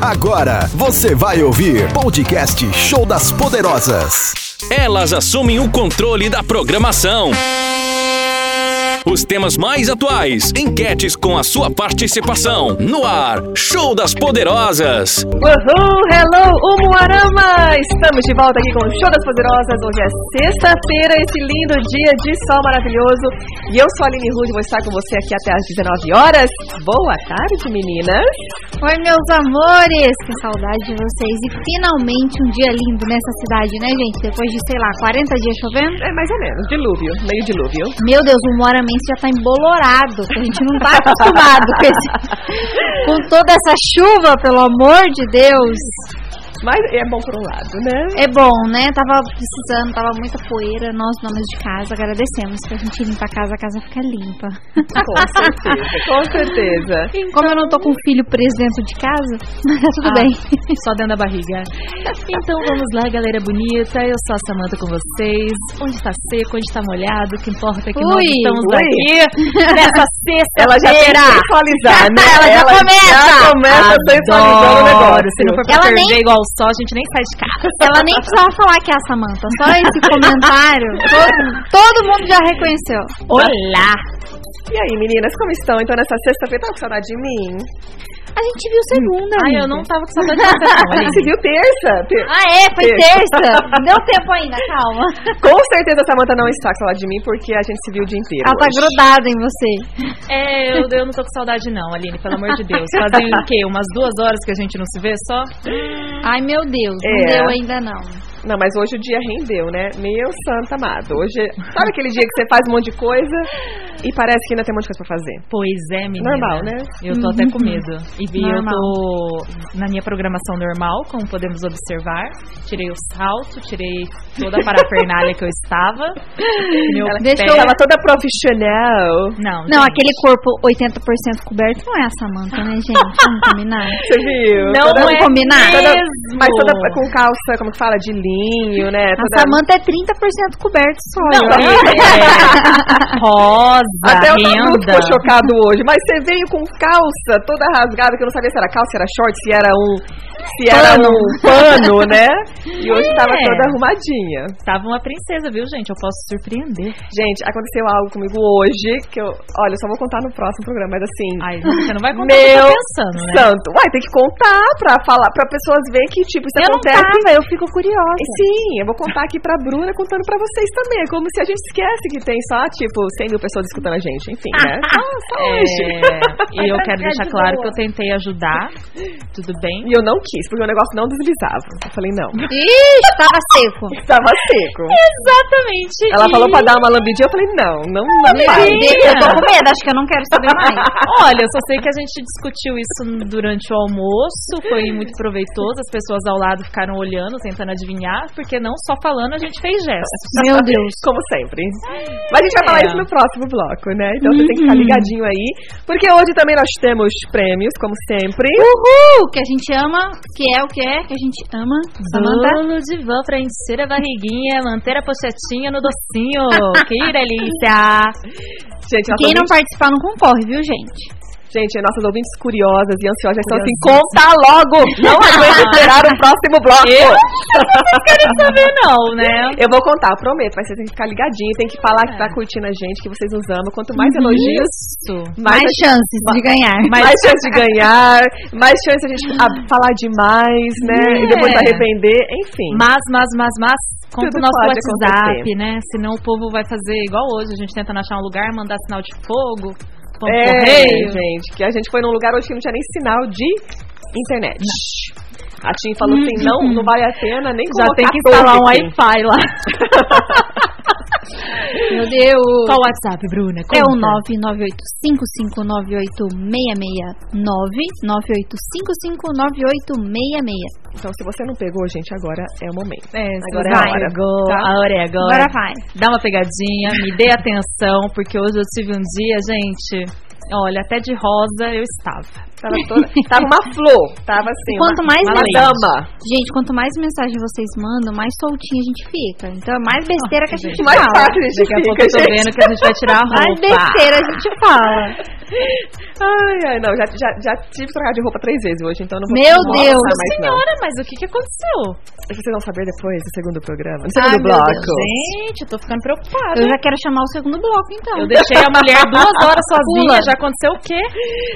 Agora você vai ouvir podcast Show das Poderosas. Elas assumem o controle da programação. Os temas mais atuais, enquetes com a sua participação. No ar, Show das Poderosas. Uhul, hello, Umuarama! Estamos de volta aqui com o Show das Poderosas. Hoje é sexta-feira, esse lindo dia de sol maravilhoso. E eu sou a Aline Rude, vou estar com você aqui até às 19 horas. Boa tarde, meninas! Oi, meus amores! Que saudade de vocês. E finalmente um dia lindo nessa cidade, né, gente? Depois de, sei lá, 40 dias chovendo. É mais ou menos, dilúvio, meio dilúvio. Meu Deus, o Moramense já tá embolorado. A gente não tá acostumado com, esse- com toda essa chuva, pelo amor de Deus. Mas é bom por um lado, né? É bom, né? Tava precisando, tava muita poeira. Nós, donas de casa, agradecemos pra gente limpar a casa, a casa fica limpa. Com certeza, com certeza. Como eu não tô com filho preso dentro de casa, mas tá tudo Ah, bem. Só dentro da barriga. Então vamos lá, galera bonita. Eu sou a Samanta com vocês. Onde tá seco, onde tá molhado, o que importa é que nós Ui, estamos ui. aqui nessa sexta. Ela já tem que Será? sensualizar, né? Ela já começa. Já começa sensualizando o negócio. Se não for pra Ela ferver nem- igual o sol, a gente nem sai de casa. Ela nem precisava falar que é a Samanta. Só esse comentário, todo, todo mundo já reconheceu. Olá! E aí, meninas, como estão? Então, nessa sexta-feira, tá com saudade de mim? A gente viu segunda. Ai, amiga. eu não tava com saudade de você, não, Você Aline. viu terça? Ter- Ah, é? Foi Terça. terça? Deu tempo ainda, calma. Com certeza a Samanta não está com saudade de mim, porque a gente se viu o dia inteiro. Ela tá hoje. grudada em você. É, eu, eu não tô com saudade, não, Aline, pelo amor de Deus. Fazem o quê? Umas duas horas que a gente não se vê só? Ai, meu Deus, não É. deu ainda não. Não, mas hoje o dia rendeu, né? Meu santo amado. Hoje, sabe aquele dia que você faz um monte de coisa e parece que ainda tem um monte de coisa pra fazer? Pois é, menina. Normal, né? Eu tô até com medo. E vi, eu Normal. tô na minha programação normal, como podemos observar. Tirei o salto, tirei toda a parafernália que eu estava. Meu Ela, pé- deixou- Então, ela toda profissional. Não, Não, gente. aquele corpo 80% coberto não é a Samanta, né, gente? Vamos combinar. Você viu? Não Toda- é combinar. toda- mesmo. mas toda com calça, como que fala? De linho, né? A Toda- Samanta é 30% coberto só. né? Não, eu acho. é- rosa, Até o Nabuto renda. ficou chocado hoje. Mas você veio com calça toda rasgada, que eu não sabia se era calça, se era short, se era um. Se era Pano. um pano, né? E hoje tava É. toda arrumadinha. Estava uma princesa, viu, gente? Eu posso surpreender. Gente, aconteceu algo comigo hoje que eu. Olha, eu só vou contar no próximo programa, mas assim. Ai, você não vai contar o que eu Meu tô pensando, né? santo. Uai, tem que contar pra falar, pra pessoas verem que, tipo, isso Eu não acontece. tava, eu fico curiosa. E Sim, eu vou contar aqui pra Bruna, contando pra vocês também. É como se a gente esquece que tem só, tipo, 100 mil pessoas escutando a gente. Enfim, é. Ah, né? Só, só hoje. É, e eu ficar quero de deixar claro boa. que eu tentei ajudar. Tudo bem? E eu não quis, porque o negócio não deslizava. Eu falei, não. Ixi, tava seco. Tava seco. Exatamente. Ela E- falou pra dar uma lambidinha, eu falei, não, não, não Me vai. perdi, Eu tô com medo, acho que eu não quero saber mais. Olha, eu só sei que a gente discutiu isso durante o almoço, foi muito proveitoso, as pessoas ao lado ficaram olhando, tentando adivinhar, porque não só falando a gente fez gestos. Meu Deus. Como sempre. Mas a gente vai falar É. isso no próximo bloco, né? Então você tem que Uhum. ficar ligadinho aí. Porque hoje também nós temos prêmios, como sempre. Uhum. Uhul! Que a gente ama, que é o que é, que a gente ama. Tá Samanta. Bolo de vó pra encher a barriguinha, manter a pochetinha no docinho. que delícia! Gente, nossas Quem não ouvintes, participar não concorre, viu, gente? gente, nossas ouvintes curiosas e ansiosas estão assim, Curiosas. conta logo! Não aguento esperar o próximo bloco! Eu? Vocês querem saber não, né? Eu vou contar, eu prometo, mas você tem que ficar ligadinho, tem que falar que É. tá curtindo a gente, que vocês nos amam. Quanto mais Uhum. elogios, Isso. Mais, mais chances de ganhar. mais, chance de ganhar, mais chance de a gente a- falar demais, né? E depois se Ah. É. arrepender, enfim. Mas, mas, mas, mas, conta Tudo o nosso pode WhatsApp, acontecer. né? Senão o povo vai fazer igual hoje, a gente tentando achar um lugar, mandar sinal de fogo, ponto é, correio. gente, que a gente foi num lugar hoje que não tinha nem sinal de internet. A Tim falou assim, não, não vale a pena nem Uhum. Já colocar tem que instalar um torre aqui. Wi-Fi lá. Meu Deus. Qual o WhatsApp, Bruna? É o 9. 998559866. 998559866. Então, se você não pegou, gente, agora é o momento. É, Agora é agora a hora, tá? A hora é agora. Agora vai. Dá uma pegadinha, me dê atenção, porque hoje eu tive um dia, gente. Olha, até de rosa eu estava. Tava, toda, tava uma flor. Tava assim. Quanto uma, mais uma mensagem- dama. Gente, quanto mais mensagem vocês mandam, mais soltinha a gente fica. Então é mais besteira que a gente Mais fala. fácil a gente Daqui a pouco fica, eu tô gente. vendo que a gente vai tirar a Mais roupa. besteira a gente fala. Ai, ai, não. Já, já, já tive que trocar de roupa três vezes hoje, então não vou Meu não vou Deus. passar mais, não. Senhora, mas o que, que aconteceu? Vocês vão saber depois do segundo programa. No Ai, segundo meu bloco. Deus, Gente, eu tô ficando preocupada. Eu já quero chamar o segundo bloco, então. Eu deixei a mulher duas horas sozinha, Pula. já aconteceu o quê?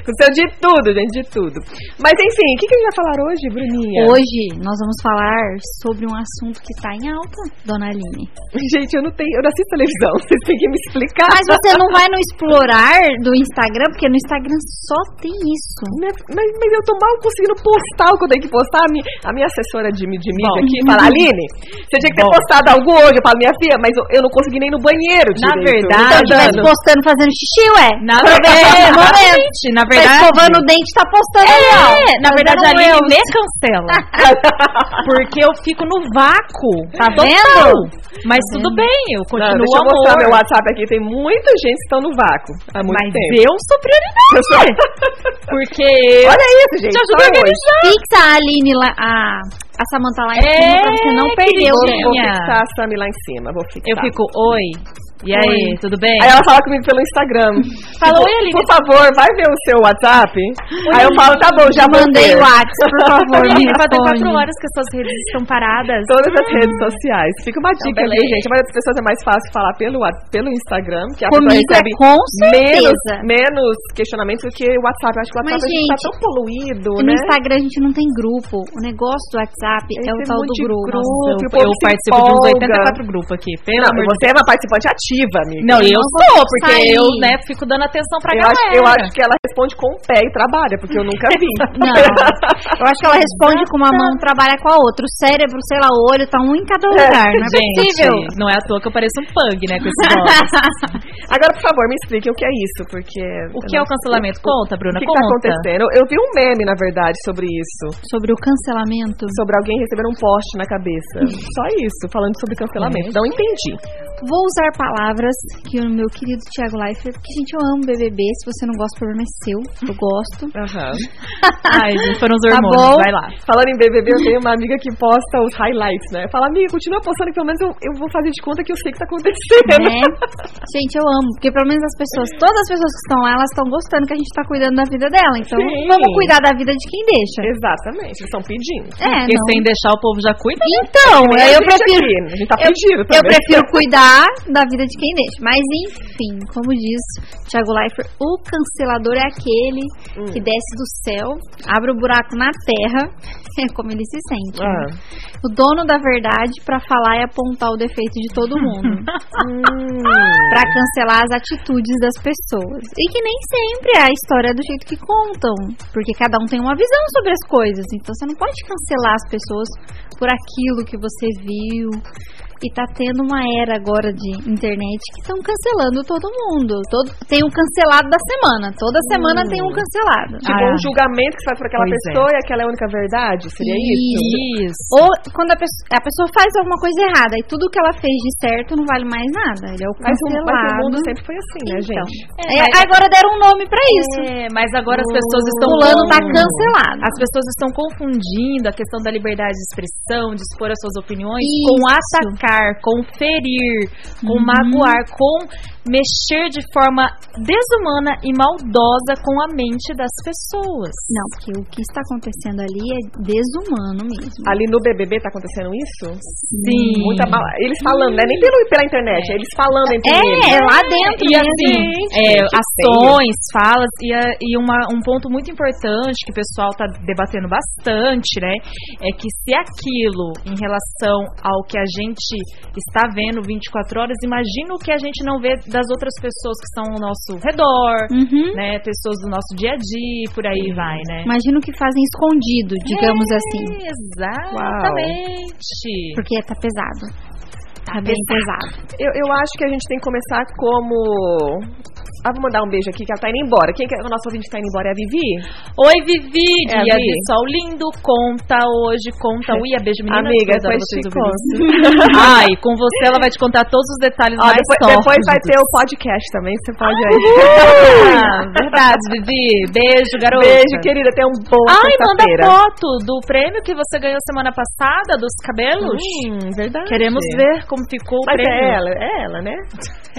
Aconteceu de tudo, gente, de tudo. Mas enfim, o que, que a gente vai falar hoje, Bruninha? Hoje nós vamos falar sobre um assunto que está em alta, dona Aline. Tá. Gente, eu não tenho. Eu não assisto televisão. Vocês têm que me explicar. Mas você não vai no explorar do Instagram, porque no Instagram só tem isso. Né, Mas, mas eu tô mal conseguindo postar o que eu tenho que postar. A minha, a minha assessora de, mi- de mídia Bom. aqui fala, Aline, você tinha que ter postado algo hoje. Eu falo, minha filha, mas eu, eu não consegui nem no banheiro Na direito. Não verdade, tá Se estivesse dando. Ah, postando fazendo xixi, ué. Na Aproveitando verdade, o momento. exatamente, na Tá escovando verdade. o dente, tá postando ali, ó. É, na Tá verdade a dando Aline um me cancela. Porque eu fico no vácuo. Tá vendo? Tá Mas tudo bem, eu Não, continuo Ah, deixa eu amor. mostrar meu WhatsApp aqui. Tem muita gente que estão no vácuo há muito Mas tempo. eu sou prioridade. Eu sou- Porque eu Olha isso, gente. te só ajudo a hoje. organizar. Fixa a Aline lá, a, a Samanta lá em É, cima pra você não perder o Vou, queridinha. vou Minha. fixar a Sammy lá em cima. Vou fixar. Eu fico, oi, e aí, Oi. tudo bem? Aí ela fala comigo pelo Instagram. Fala, Tipo, "Oi, Aline." Por favor, vai ver o seu Whatsap. Aí eu Então falo, tá bom, já mandei. Mandei o WhatsApp, por favor, me Menina, fazem quatro responde. horas que as suas redes estão paradas. Todas as redes sociais. É um Fica uma dica, beleza. viu, gente? Mas as pessoas é mais fácil falar pelo, wa- pelo Instagram, que a pessoa Comigo é recebe com menos, certeza. menos questionamentos do que o WhatsApp. Eu acho que o Mas, WhatsApp a gente tá gente, tão poluído, E no né? Instagram a gente não tem grupo. O negócio do WhatsApp é o Esse tal do monte de grupo. grupo. Tipo, Nossa, que o eu, povo eu se participo de uns empolga. 84 grupos aqui, pelo Não, amor de você é uma participante ativa, amiga. Não, eu Eu não sou, vou porque sair. eu, né, fico dando atenção pra eu, galera. acho, eu acho que ela responde com o pé e trabalha, porque eu nunca vi. Não. Eu acho que ela responde com uma mão, trabalha com a outra. O cérebro, sei lá, o olho tá um em cada lugar. Não é Gente, possível. não é à toa que eu pareço um pug, né, com esse nome. Agora, por favor, me explique o que é isso, porque... O que é o cancelamento? Conta, O Bruna, que, que tá conta. acontecendo? Eu vi um meme, na verdade, sobre isso. Sobre o cancelamento. Sobre alguém receber um poste na cabeça. Só isso, falando sobre É. cancelamento. Não entendi. Vou usar palavras que o meu querido Thiago Leifert, que gente, eu amo BBB. Se você não gosta, o problema é seu. Eu gosto. Ai, gente, foram os Tá hormônios, bom. vai lá. Falando em BBB, eu tenho uma amiga que posta os highlights, né? Fala, amiga, continua postando que pelo menos eu, eu vou fazer de conta que eu sei o que tá acontecendo. Né? Gente, eu amo. Porque pelo menos as pessoas, todas as pessoas que estão lá, elas estão gostando que a gente tá cuidando da vida dela. Então, Sim. vamos cuidar da vida de quem deixa. Exatamente, eles estão pedindo. É, Porque não. sem deixar o povo já cuida. Então, Que nem a eu, gente prefiro. aqui, a gente tá eu, pedindo eu também. prefiro cuidar da vida de quem deixa. Mas enfim, como diz Thiago Leifert, o cancelador é aquele Hum. que desce do céu, abre o buraco na terra, é como ele se sente. né? Ah. O dono da verdade pra falar e apontar o defeito de todo mundo, Pra cancelar as atitudes das pessoas. E que nem sempre a história é do jeito que contam, porque cada um tem uma visão sobre as coisas. Então você não pode cancelar as pessoas por aquilo que você viu. E tá tendo uma era agora de internet que estão cancelando todo mundo. Todo, tem um cancelado da semana. Toda semana tem um cancelado. Tipo, Ah. um julgamento que você faz pra aquela Pois é. pessoa e aquela é a única verdade? Seria isso? Isso. Ou quando a pessoa, a pessoa faz alguma coisa errada e tudo que ela fez de certo não vale mais nada. Ele é o Mas, o- mas o cancelado. mundo sempre foi assim, né, Então. gente? É, agora deram um nome pra isso. É, mas agora as pessoas estão Fulano tá confundindo. cancelado. As pessoas estão confundindo a questão da liberdade de expressão, de expor as suas opiniões, Isso. Uhum. com atacar, com ferir, com magoar, com mexer de forma desumana e maldosa com a mente das pessoas. Não, porque o que está acontecendo ali é desumano mesmo. Ali no BBB tá acontecendo isso? Sim. Muita mal... Eles falando, né? Nem pelo, pela internet, é eles falando entre eles. né? É, é lá dentro E assim, mesmo. é, gente, ações, falas e, a- e uma- um ponto muito importante que o pessoal está debatendo bastante, né? É que se aquilo em relação ao que a gente está vendo 24 horas, imagina o que a gente não vê das outras pessoas que estão ao nosso redor, Uhum. né? Pessoas do nosso dia a dia, e por aí vai, né? Imagina o que fazem escondido, digamos assim. É, Exatamente. Porque tá pesado. Tá bem pesado. Eu, eu acho que a gente tem que começar como Ah, vou mandar um beijo aqui que ela tá indo embora. Quem que é o nosso ouvinte que tá indo embora? É a Vivi? Oi, Vivi, É, dia Vi. de sol lindo, conta hoje, conta o Ia, beijo, meninas. Amiga, eu adoro depois vocês te ouvindo isso. Ai, com você ela vai te contar todos os detalhes Ó, mais depois, tortos. depois vai Uh! ter o podcast também, você pode aí. Ah, verdade, Vivi. Beijo, garota. Beijo, querida. Tenha um bom Ai, manda sexta-feira. foto do prêmio que você ganhou semana passada, dos cabelos. Hum, verdade. Queremos ver como ficou o Mas prêmio. é ela, é ela, né?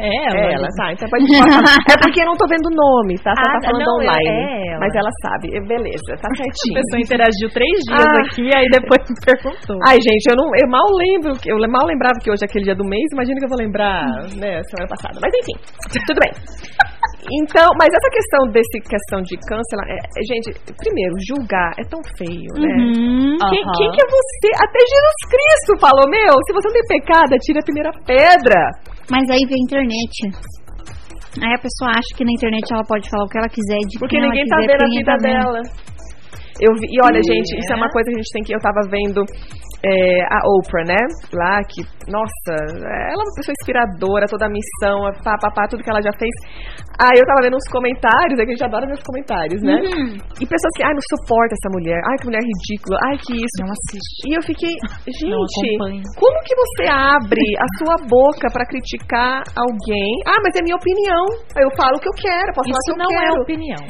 É ela. É ela, tá. Então pode pode- É porque eu não tô vendo o nome, tá? Só Ah, tá falando não, é- online. é ela. Mas ela sabe. Eh, Beleza, tá A certinho. pessoa interagiu três dias Ah. aqui, aí depois me perguntou. Ai, gente, eu, não, eu mal lembro, que- eu mal lembrava que hoje é aquele dia do mês, imagina que eu vou lembrar, né, semana passada. Mas enfim, tudo bem. Então, mas essa questão desse questão de cancelar, é, é, gente, primeiro, julgar é tão feio, né? Hum. Quem, Aham. quem que é você? Até Jesus Cristo falou, meu, se você não tem pecado, atira a primeira pedra. Mas aí vem a internet. Aí a pessoa acha que na internet ela pode falar o que ela quiser, de Porque quem é ninguém tá ela quiser, vendo a quem vida tá vendo. dela. Eu vi, e olha, gente, isso é uma né? É. coisa que a gente tem que. Eu tava vendo é, a Oprah, né? Lá, que, nossa, ela é uma pessoa inspiradora, toda a missão, a pá, pá, pá, tudo que ela já fez. Aí eu tava vendo uns comentários, é que a gente adora ver os comentários, né? Uhum. E pessoas que, ai, não suporta essa mulher, ai, que mulher ridícula, ai, que isso. Não assiste. E eu fiquei, gente, acompanho. como que você abre a sua boca pra criticar alguém? Ah, mas é minha opinião. Eu falo o que eu quero, posso Isso falar o não que eu é quero. opinião.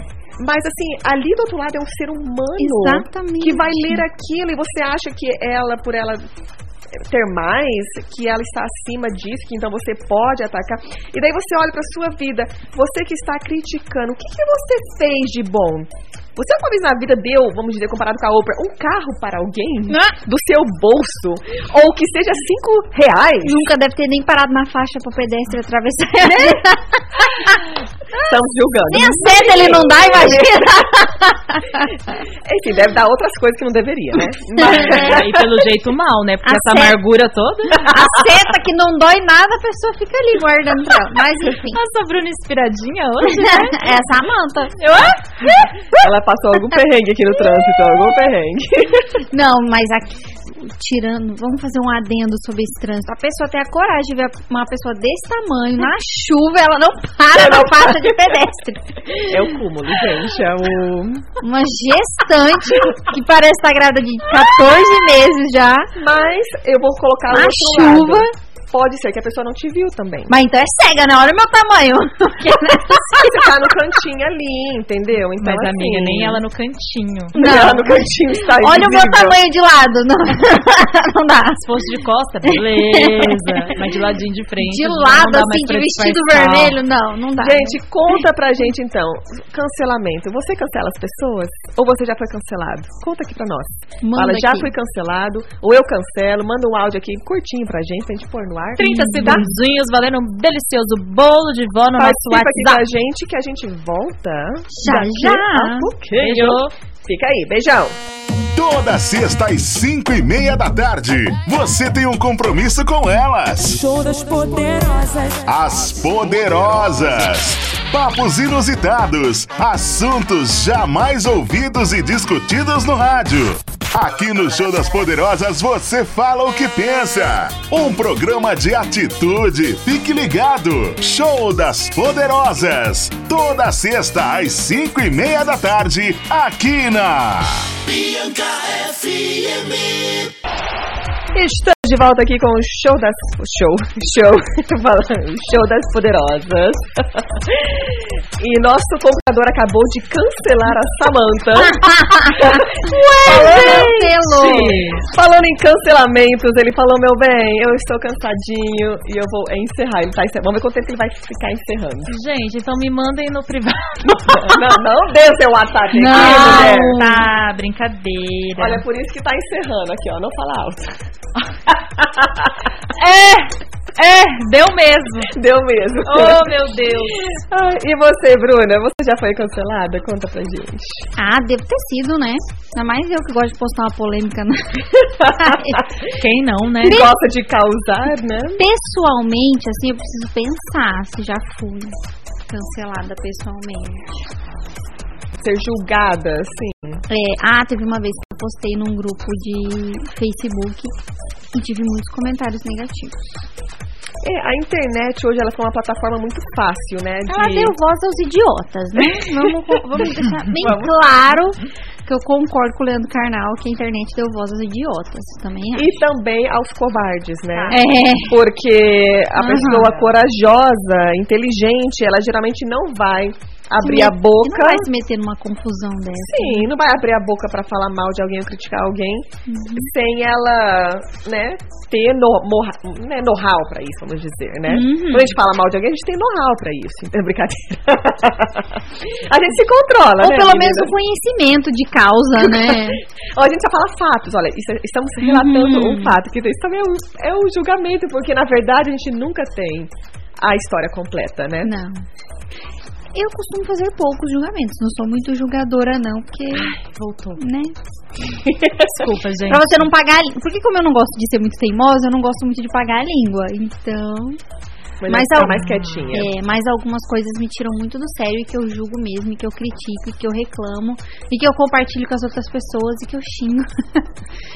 Mas assim, ali do outro lado é um ser humano Exatamente. que vai ler aquilo e você acha que ela, por ela ter mais, que ela está acima disso, que então você pode atacar. E daí você olha para sua vida, você que está criticando, o que, que você fez de bom? Você alguma vez na vida deu, vamos dizer, comparado com a Oprah, um carro para alguém do seu bolso? Ou que seja cinco reais? Nunca deve ter nem parado na faixa pro pedestre atravessar. É. Estamos julgando. Nem a seta ele não dá, imagina. Enfim, deve dar outras coisas que não deveria, né? E pelo jeito mal, né? Porque É. A essa sério? amargura toda. A seta que não dói nada, a pessoa fica ali guardando pra ela. Mas enfim. Nossa, a Bruna inspiradinha hoje, né? É a Samanta. Eu, ah, Ela passou algum perrengue aqui no trânsito, algum perrengue. Não, mas aqui, tirando, vamos fazer um adendo sobre esse trânsito. A pessoa tem a coragem de ver uma pessoa desse tamanho na chuva, ela não para na faixa de pedestre. É o cúmulo, gente. É o. Uma gestante que parece estar grávida de 14 meses já, Mas eu vou colocar o na outro chuva. lado. Pode ser que a pessoa não te viu também. Mas então é cega, né? Olha o meu tamanho. Porque, né? Você tá no cantinho ali, entendeu? Então, Mas, assim, amiga, nem ela no cantinho. nem ela no Não. cantinho está Olha o meu invisível. tamanho de lado. Não, não dá. Se fosse de costa, beleza. Mas de ladinho de frente. De não lado, dá mais assim, de pra vestido disfarçar. vermelho, não, não dá. Gente, conta pra gente então. Cancelamento. Você cancela as pessoas? Ou você já foi cancelado? Conta aqui pra nós. Fala, Manda já aqui. fui cancelado, ou eu cancelo. Manda um áudio aqui curtinho pra gente, pra gente pôr no ar. Hum. 30 segundinhos valendo um delicioso bolo de vó no nosso Participa aqui com WhatsApp. a gente que a gente volta. Já, daqui já. Ah, a pouquinho. Beijo. Fica aí, beijão. Toda sexta às cinco e meia da tarde, você tem um compromisso com elas. Show das poderosas. As Poderosas. Papos inusitados, assuntos jamais ouvidos e discutidos no rádio. Aqui no Show das Poderosas você fala o que pensa. Um programa de atitude. Fique ligado. Show das Poderosas. Toda sexta às cinco e meia da tarde aqui na. Estamos de volta aqui com o show das. Show, show, tô falando, show das poderosas. E nosso computador acabou de cancelar a Samantha. Cancelou. falando em cancelamentos, ele falou: Meu bem, eu estou cansadinho e eu vou encerrar. Ele tá encerrando. Vamos ver quanto tempo ele vai ficar encerrando. Gente, então me mandem no privado. não, não dê o seu WhatsApp aqui, mulher. Não, Ah, tá, brincadeira. Olha, por isso que tá encerrando aqui, ó. Não fala alto. é, é, deu mesmo. Deu mesmo. Oh, meu Deus. Ai, Ah, e você, Bruna? Você já foi cancelada? Conta pra gente. Ah, devo ter sido, né? Ainda mais eu que gosto de postar uma polêmica. Né? Então, Quem não, né? Gosta de causar, né? Pessoalmente, assim, eu preciso pensar se já fui cancelada pessoalmente. Ser julgada, assim. É, ah, teve uma vez que eu postei num grupo de Facebook e tive muitos comentários negativos. É, a internet hoje ela foi uma plataforma muito fácil, né? de- Ela deu voz aos idiotas, né? Vamos, co- vamos deixar bem claro que eu concordo com o Leandro Carnal que a internet deu voz aos idiotas também. E também aos covardes, né? É, Porque a Aham. pessoa corajosa, inteligente, ela geralmente não vai abrir se a met- boca. Não vai se meter numa confusão dessa. Sim, não vai abrir a boca pra falar mal de alguém ou criticar alguém Uhum. sem ela, né, ter no- morra- né, know-how pra isso, vamos dizer, né? Uhum. Quando a gente fala mal de alguém, a gente tem know-how pra isso. É brincadeira. a gente se controla, Ou né? pelo menos meninas? o conhecimento de causa, né? Ó, a gente só fala fatos, olha, isso é- estamos relatando Uhum. um fato, que isso também é um, é um julgamento, porque na verdade a gente nunca tem a história completa, né? Não. Eu costumo fazer poucos julgamentos, não sou muito julgadora não, porque, Voltou. né? Desculpa, gente. Pra você não pagar a língua. Porque como eu não gosto de ser muito teimosa, eu não gosto muito de pagar a língua. Então, Mas, Mas a gente fica al- mais quietinha. é, mas algumas coisas me tiram muito do sério e que eu julgo mesmo, e que eu critico, e que eu reclamo, e que eu compartilho com as outras pessoas e que eu xingo.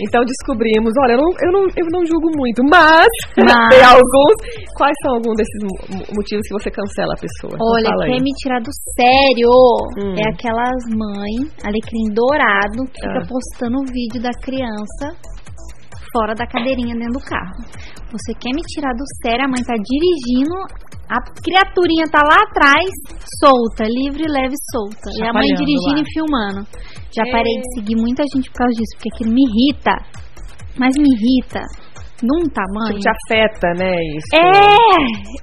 Então descobrimos, olha, eu não, eu não, eu não julgo muito, mas, Mas- tem alguns. Quais são alguns desses mo- mo- motivos que você cancela a pessoa? Então Olha, fala aí. quer me tirar do sério Hum. é aquelas mães, alecrim dourado, que fica Ah. postando o vídeo da criança fora da cadeirinha dentro do carro. Você quer me tirar do sério, a mãe tá dirigindo, a criaturinha tá lá atrás, solta, livre, leve, solta. E a mãe Chacoalhando dirigindo lá. e filmando. Já É. parei de seguir muita gente por causa disso, porque aquilo me irrita. Mas me irrita num tamanho. Tipo, te afeta, né, isso. É!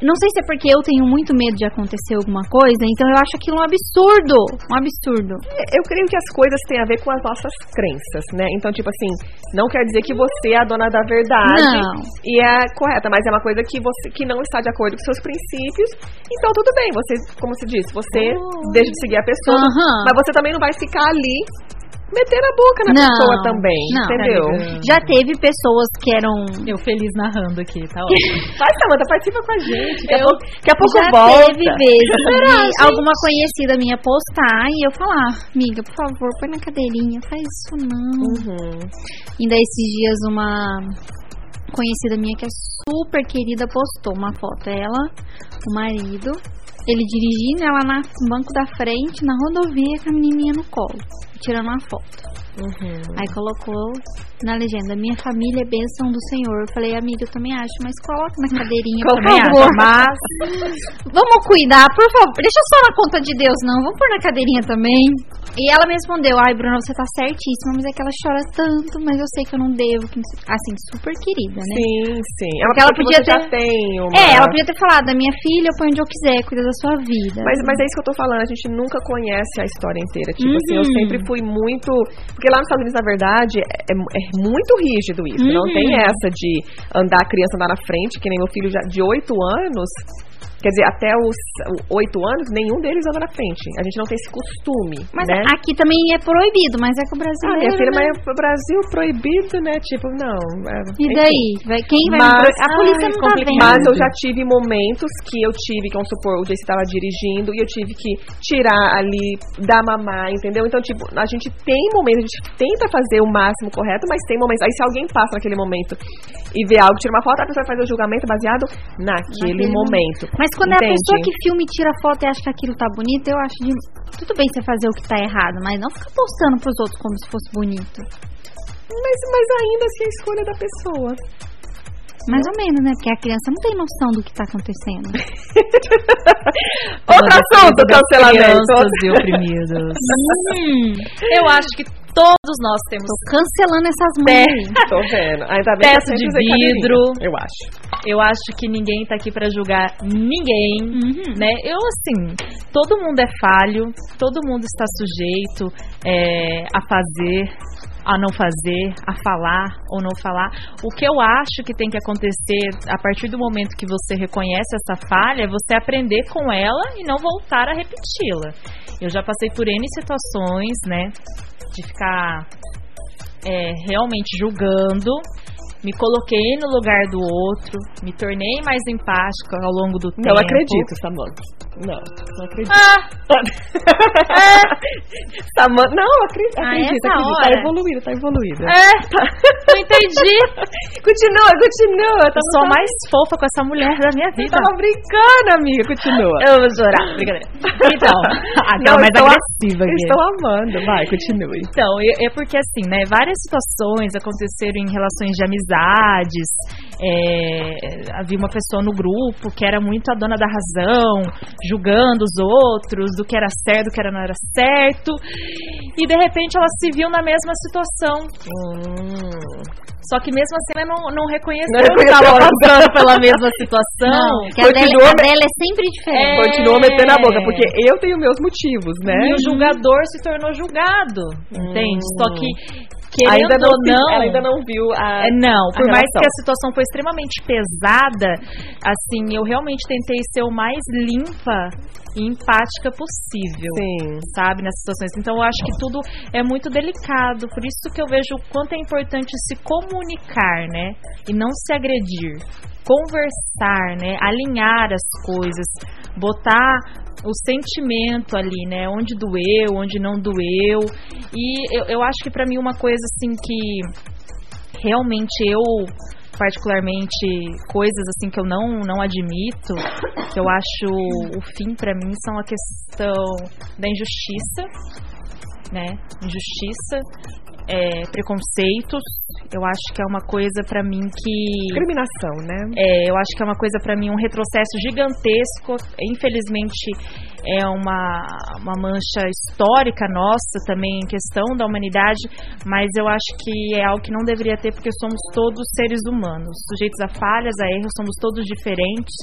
Não sei se é porque eu tenho muito medo de acontecer alguma coisa, então eu acho aquilo um absurdo. Um absurdo. Eu creio que as coisas têm a ver com as nossas crenças, né? Então, tipo assim, não quer dizer que você é a dona da verdade Não. e é correta, mas é uma coisa que você que não está de acordo com seus princípios. Então, tudo bem, você, como se diz, você deixa de seguir a pessoa, Uhum. Aham. mas você também não vai ficar ali metendo a boca na Não. pessoa também, Não. entendeu? Já teve pessoas que eram. Eu feliz narrando aqui, tá ótimo. Vai, Samanta, participa com a gente. Daqui a Eu- pouco, daqui a pouco já volta. teve vezes Será, de gente? alguma conhecida minha postar e eu falar, amiga, por favor, põe na cadeirinha, faz isso não. Uhum. Ainda esses dias uma conhecida minha que é super querida postou uma foto. Ela, o marido, ele dirigindo ela na- no banco da frente, na rodovia, com a menininha no colo, tirando uma foto. Aí colocou na legenda, minha família é bênção do Senhor. Eu falei, amiga, eu também acho, mas coloca na cadeirinha, por Também favor. acho, mas Vamos cuidar, por favor. Deixa só na conta de Deus, não. Vamos pôr na cadeirinha também. E ela me respondeu: Ai, Bruna, você tá certíssima, mas é que ela chora tanto, mas eu sei que eu não devo. que não sei- Assim, super querida, né? Sim, sim. É uma Porque pessoa ela que podia você já ter- tem uma... É, ela podia ter falado: "A minha filha, eu ponho onde eu quiser, cuida da sua vida. Mas, mas é isso que eu tô falando, a gente nunca conhece a história inteira. Tipo assim, eu Uhum. sempre fui muito. Porque lá nos Estados Unidos, na verdade, é, é muito rígido isso. Não Uhum. tem essa de andar a criança andar na frente, que nem meu filho já de 8 anos. Quer dizer, até os 8 anos, nenhum deles anda na frente. A gente não tem esse costume. Mas né? aqui também é proibido, mas é que o Ah, brasileiro. minha filha, né? mas o Brasil proibido, né? Tipo, não. é- E enfim. daí? Vai, quem vai me Mas- pro- A polícia Ai, não tá vendo. Mas eu já tive momentos que eu tive, que, vamos supor, o Jace estava dirigindo e eu tive que tirar ali, dar mamar, entendeu? Então, tipo, a gente tem momentos, a gente tenta fazer o máximo correto, mas tem momentos. Aí se alguém passa naquele momento e vê algo, tira uma foto, a pessoa vai fazer o julgamento baseado naquele Naquele momento. Mas quando é a Entende? pessoa que filma e tira foto e acha que aquilo tá bonito, eu acho de. Tudo bem você fazer o que tá errado, mas não ficar postando pros outros como se fosse bonito. Mas, mas ainda assim é a escolha da pessoa. Mais ou menos, né? Porque a criança não tem noção do que tá acontecendo. Outro assunto, cancelamento. tipo Crianças e oprimidos. hum, Eu acho que todos nós temos. tô cancelando essas mães. Tô vendo. Ainda bem que Teto eu sempre de usei cadeirinha, vidro. Eu acho. Eu acho que ninguém tá aqui pra julgar ninguém, né? Eu, assim, todo mundo é falho, todo mundo está sujeito é, a fazer, a não fazer, a falar ou não falar. O que eu acho que tem que acontecer a partir do momento que você reconhece essa falha é você aprender com ela e não voltar a repeti-la. Eu já passei por N situações, né? De ficar é, realmente julgando. Me coloquei no lugar do outro, me tornei mais empática ao longo do tempo. Não acredito, Samanta. Não, não acredito. Samanta, não, acredito, Ah, acredito, essa acredito. Tá hora? evoluído, tá evoluído. É, Não entendi. Continua, continua. Eu Eu sou a mais fofa com essa mulher da minha vida. Tava brincando, amiga. Continua. Eu vou chorar. Brincadeira. Então, aquela mais estou a- agressiva aqui. Estou amando. Vai, continue. Então, é é porque assim, né, várias situações aconteceram em relações de amizades. é, havia uma pessoa no grupo que era muito a dona da razão, julgando os outros, do que era certo, do que era não era certo. E de repente ela se viu na mesma situação. Só que mesmo assim ela não, não reconheceu Hum. Não que estava reconheceu. passando pela mesma situação. Não, que a dela, Continua a dela é sempre diferente. É. Continua metendo a boca, porque eu tenho meus motivos, né? E o julgador se tornou julgado, entende? Só que, Hum. querendo ainda não, ou se- não... Ela ainda não viu a. É, não, por mais relação. que a situação foi extremamente pesada, assim, eu realmente tentei ser o mais limpa e empática possível. Sim. Sabe, nessas situações. Então eu acho que tudo é muito delicado. Por isso que eu vejo o quanto é importante se comunicar, né? E não se agredir. Conversar, né? Alinhar as coisas. Botar o sentimento ali, né? Onde doeu, onde não doeu. E eu, eu acho que pra mim uma coisa assim que realmente eu particularmente coisas assim que eu não não admito que eu acho o fim pra mim são a questão da injustiça né injustiça é, preconceitos eu acho que é uma coisa pra mim que Discriminação, né? é, eu acho que é uma coisa pra mim, um retrocesso gigantesco. Infelizmente, é uma, uma mancha histórica nossa também, em questão da humanidade, mas eu acho que é algo que não deveria ter, porque somos todos seres humanos, sujeitos a falhas, a erros, somos todos diferentes,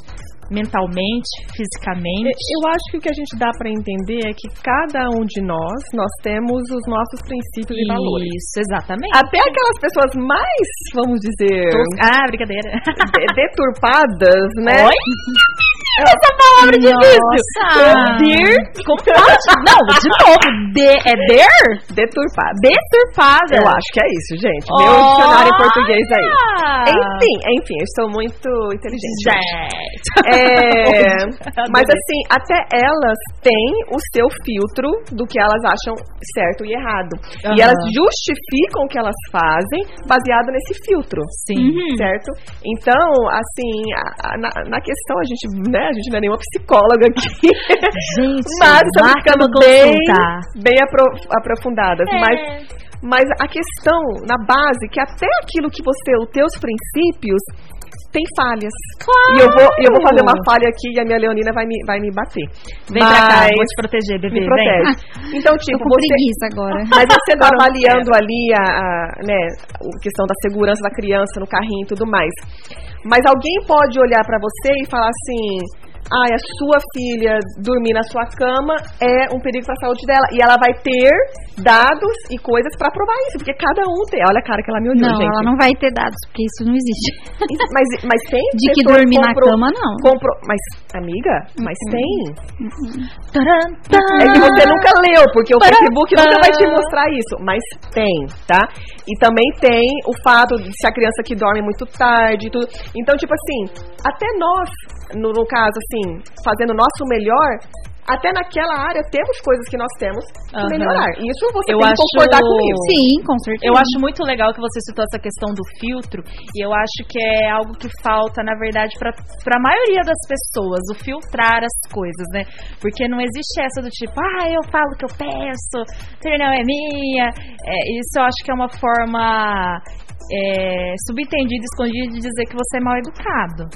mentalmente, fisicamente. Eu acho que o que a gente dá pra entender é que cada um de nós, nós temos os nossos princípios e valores. Ah, Isso, exatamente. Até aquelas pessoas mais, vamos dizer, Ah, brincadeira. de- deturpadas, né? Oi? Essa palavra é Nossa! Não, de novo, de, é there? Deturpada. Deturpada. Eu acho que é isso, gente. Meu dicionário em português aí. Ah. Enfim, enfim, eu estou muito inteligente. Gente. É, Adorei. mas assim, até elas têm o seu filtro do que elas acham certo e errado. E Aham. elas justificam o que elas fazem baseado nesse filtro. Sim. Certo? Então, assim, a- a- na, na questão a gente, né, a gente não é nenhuma psicóloga aqui. Gente, Mas estamos marca ficando uma bem, consulta. bem apro- aprofundadas. É. Mas, mas a questão na base que até aquilo que você, os teus princípios, tem falhas. Claro. E eu vou, eu vou fazer uma Uhum. falha aqui e a minha Leonina vai me, vai me bater. Vem pra cá, Mas vou te proteger, me bebê. vem. protege. Então, tipo, Tô com você. preguiça agora. Mas você tá avaliando ali a, a, né, a questão da segurança da criança no carrinho e tudo mais. Mas alguém pode olhar pra você e falar assim: ai, a sua filha dormir na sua cama é um perigo pra saúde dela. E ela vai ter dados e coisas pra provar isso, porque cada um tem. Olha a cara que ela me olhou, Não, gente. ela não vai ter dados, porque isso não existe. Mas, mas tem De que pessoas dormir na compro- cama, Uhum. não. compro- mas, amiga, mas tem. Taran, É que você taran. nunca leu, porque o Pará, Facebook nunca pará. vai te mostrar isso. Mas tem, tá? E também tem o fato de se a criança que dorme muito tarde e tudo. Então, tipo assim, até nós, no, no caso, assim, fazendo o nosso melhor, até naquela área temos coisas que nós temos que Aham. melhorar. E isso você Eu tem que acho- concordar comigo. Sim, com certeza. Eu acho muito legal que você citou essa questão do filtro, e eu acho que é algo que falta, na verdade, pra a maioria das pessoas, o filtrar as coisas, né? Porque não existe essa do tipo, ah, eu falo o que eu penso, não é minha. É, isso eu acho que é uma forma é, subentendida, escondida de dizer que você é mal educado.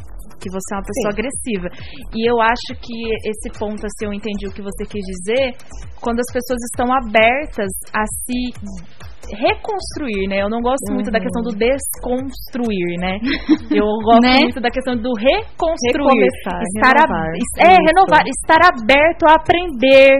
Que você é uma pessoa agressiva. E eu acho que esse ponto, assim, eu entendi o que você quis dizer, quando as pessoas estão abertas a se reconstruir, né? Eu não gosto muito da questão do desconstruir, né? Eu gosto Né? muito da questão do reconstruir. Recomeçar, estar ab- Ah, renovar. es- É, renovar, estar aberto a aprender,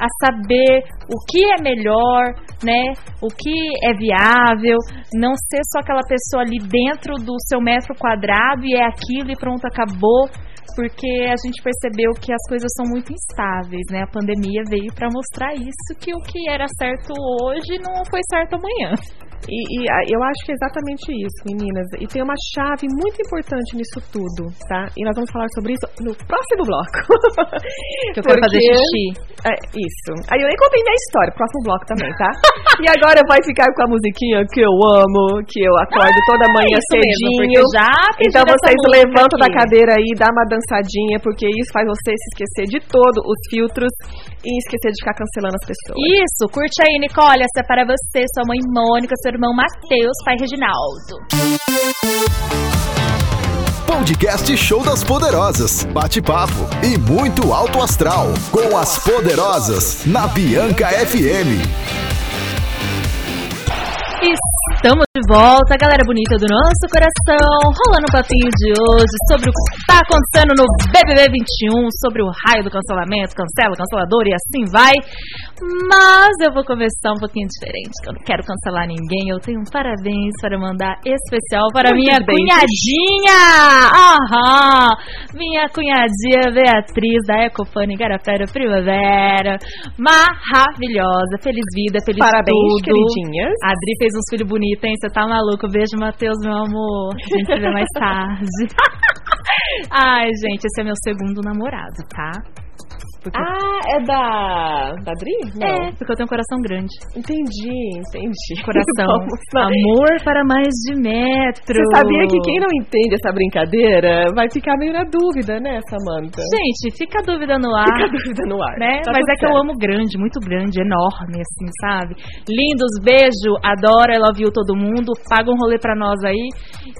a saber o que é melhor, né? O que é viável, não ser só aquela pessoa ali dentro do seu metro quadrado e é aquilo e pronto, acabou. Porque a gente percebeu que as coisas são muito instáveis, né? A pandemia veio pra mostrar isso, que o que era certo hoje não foi certo amanhã. E, e a- eu acho que é exatamente isso, meninas. E tem uma chave muito importante nisso tudo, tá? E nós vamos falar sobre isso no próximo bloco. Que eu quero fazer Porque- xixi. É, isso. Aí eu nem contei minha história, próximo bloco também, tá? e agora vai ficar com a musiquinha que eu amo, que eu acordo toda manhã Ah, é isso mesmo, cedinho. porque eu já pedi então dessa vocês música levantam da aqui. cadeira aí, dá uma dançadinha, porque isso faz você se esquecer de todos os filtros e esquecer de ficar cancelando as pessoas. Isso, curte aí, Nicole. Essa é para você, sua mãe Mônica, seu irmão Matheus, pai Reginaldo. Podcast Show das Poderosas. Bate-papo e muito alto astral. Com as Poderosas, na Bianca FM. Estamos de volta, galera bonita do nosso coração, rolando o papinho de hoje sobre o que está acontecendo no BBB 21, sobre o raio do cancelamento, cancela, cancelador e assim vai. Mas eu vou começar um pouquinho diferente, que eu não quero cancelar ninguém. Eu tenho um parabéns para mandar especial para Muito minha bem. cunhadinha! Aham! Minha cunhadinha Beatriz da Ecofone Garapera Primavera. Maravilhosa, feliz vida, feliz Parabéns, tudo. queridinhas. A Adri fez uns filhos bonitos, hein? Você tá maluco. Beijo, Matheus, meu amor. A gente se vê mais tarde. Ai, gente, esse é meu segundo namorado, tá? Porque eu- Ah, é da. Da Dri? Não. É, porque eu tenho um coração grande. Entendi, entendi. Coração. Vamos lá. Amor para mais de metro. Você sabia que quem não entende essa brincadeira vai ficar meio na dúvida, né, Samantha? Gente, fica a dúvida no ar. Fica a dúvida no ar. Né? Tá Mas tudo é que eu certo. amo grande, muito grande, enorme, assim, sabe? Lindos, beijo, adoro, I love you todo mundo. Paga um rolê pra nós aí.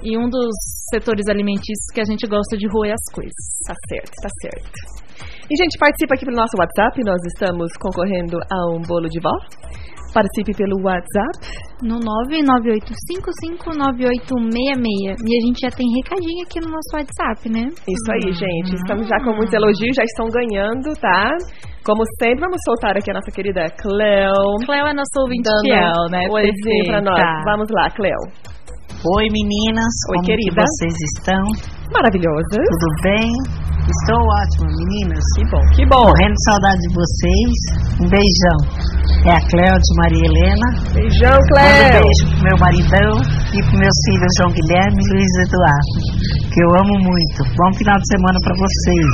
E um dos setores alimentícios que a gente gosta de roer as coisas. Tá certo, tá certo. E, gente, participa aqui pelo nosso WhatsApp. Nós estamos concorrendo a um bolo de vó. Participe pelo WhatsApp. No 998559866. E a gente já tem recadinho aqui no nosso WhatsApp, né? Isso aí, gente. Estamos já com muitos elogios, já estão ganhando, tá? Como sempre, vamos soltar aqui a nossa querida Cleo. Cleo é nosso ouvinte Dando fiel, né? Um oizinho pra nós. Perfeita. Vamos lá, Cleo. Oi meninas, Oi, como querida. que vocês estão? Maravilhosa. Tudo bem? Estou ótima, meninas. Que bom, que bom. Morrendo de saudade de vocês. Um beijão. É a Cléo de Maria Helena. Beijão, Manda um Cleo. beijo pro meu maridão e pro meus filhos João Guilherme e Luiz Eduardo, que eu amo muito. Bom final de semana pra vocês.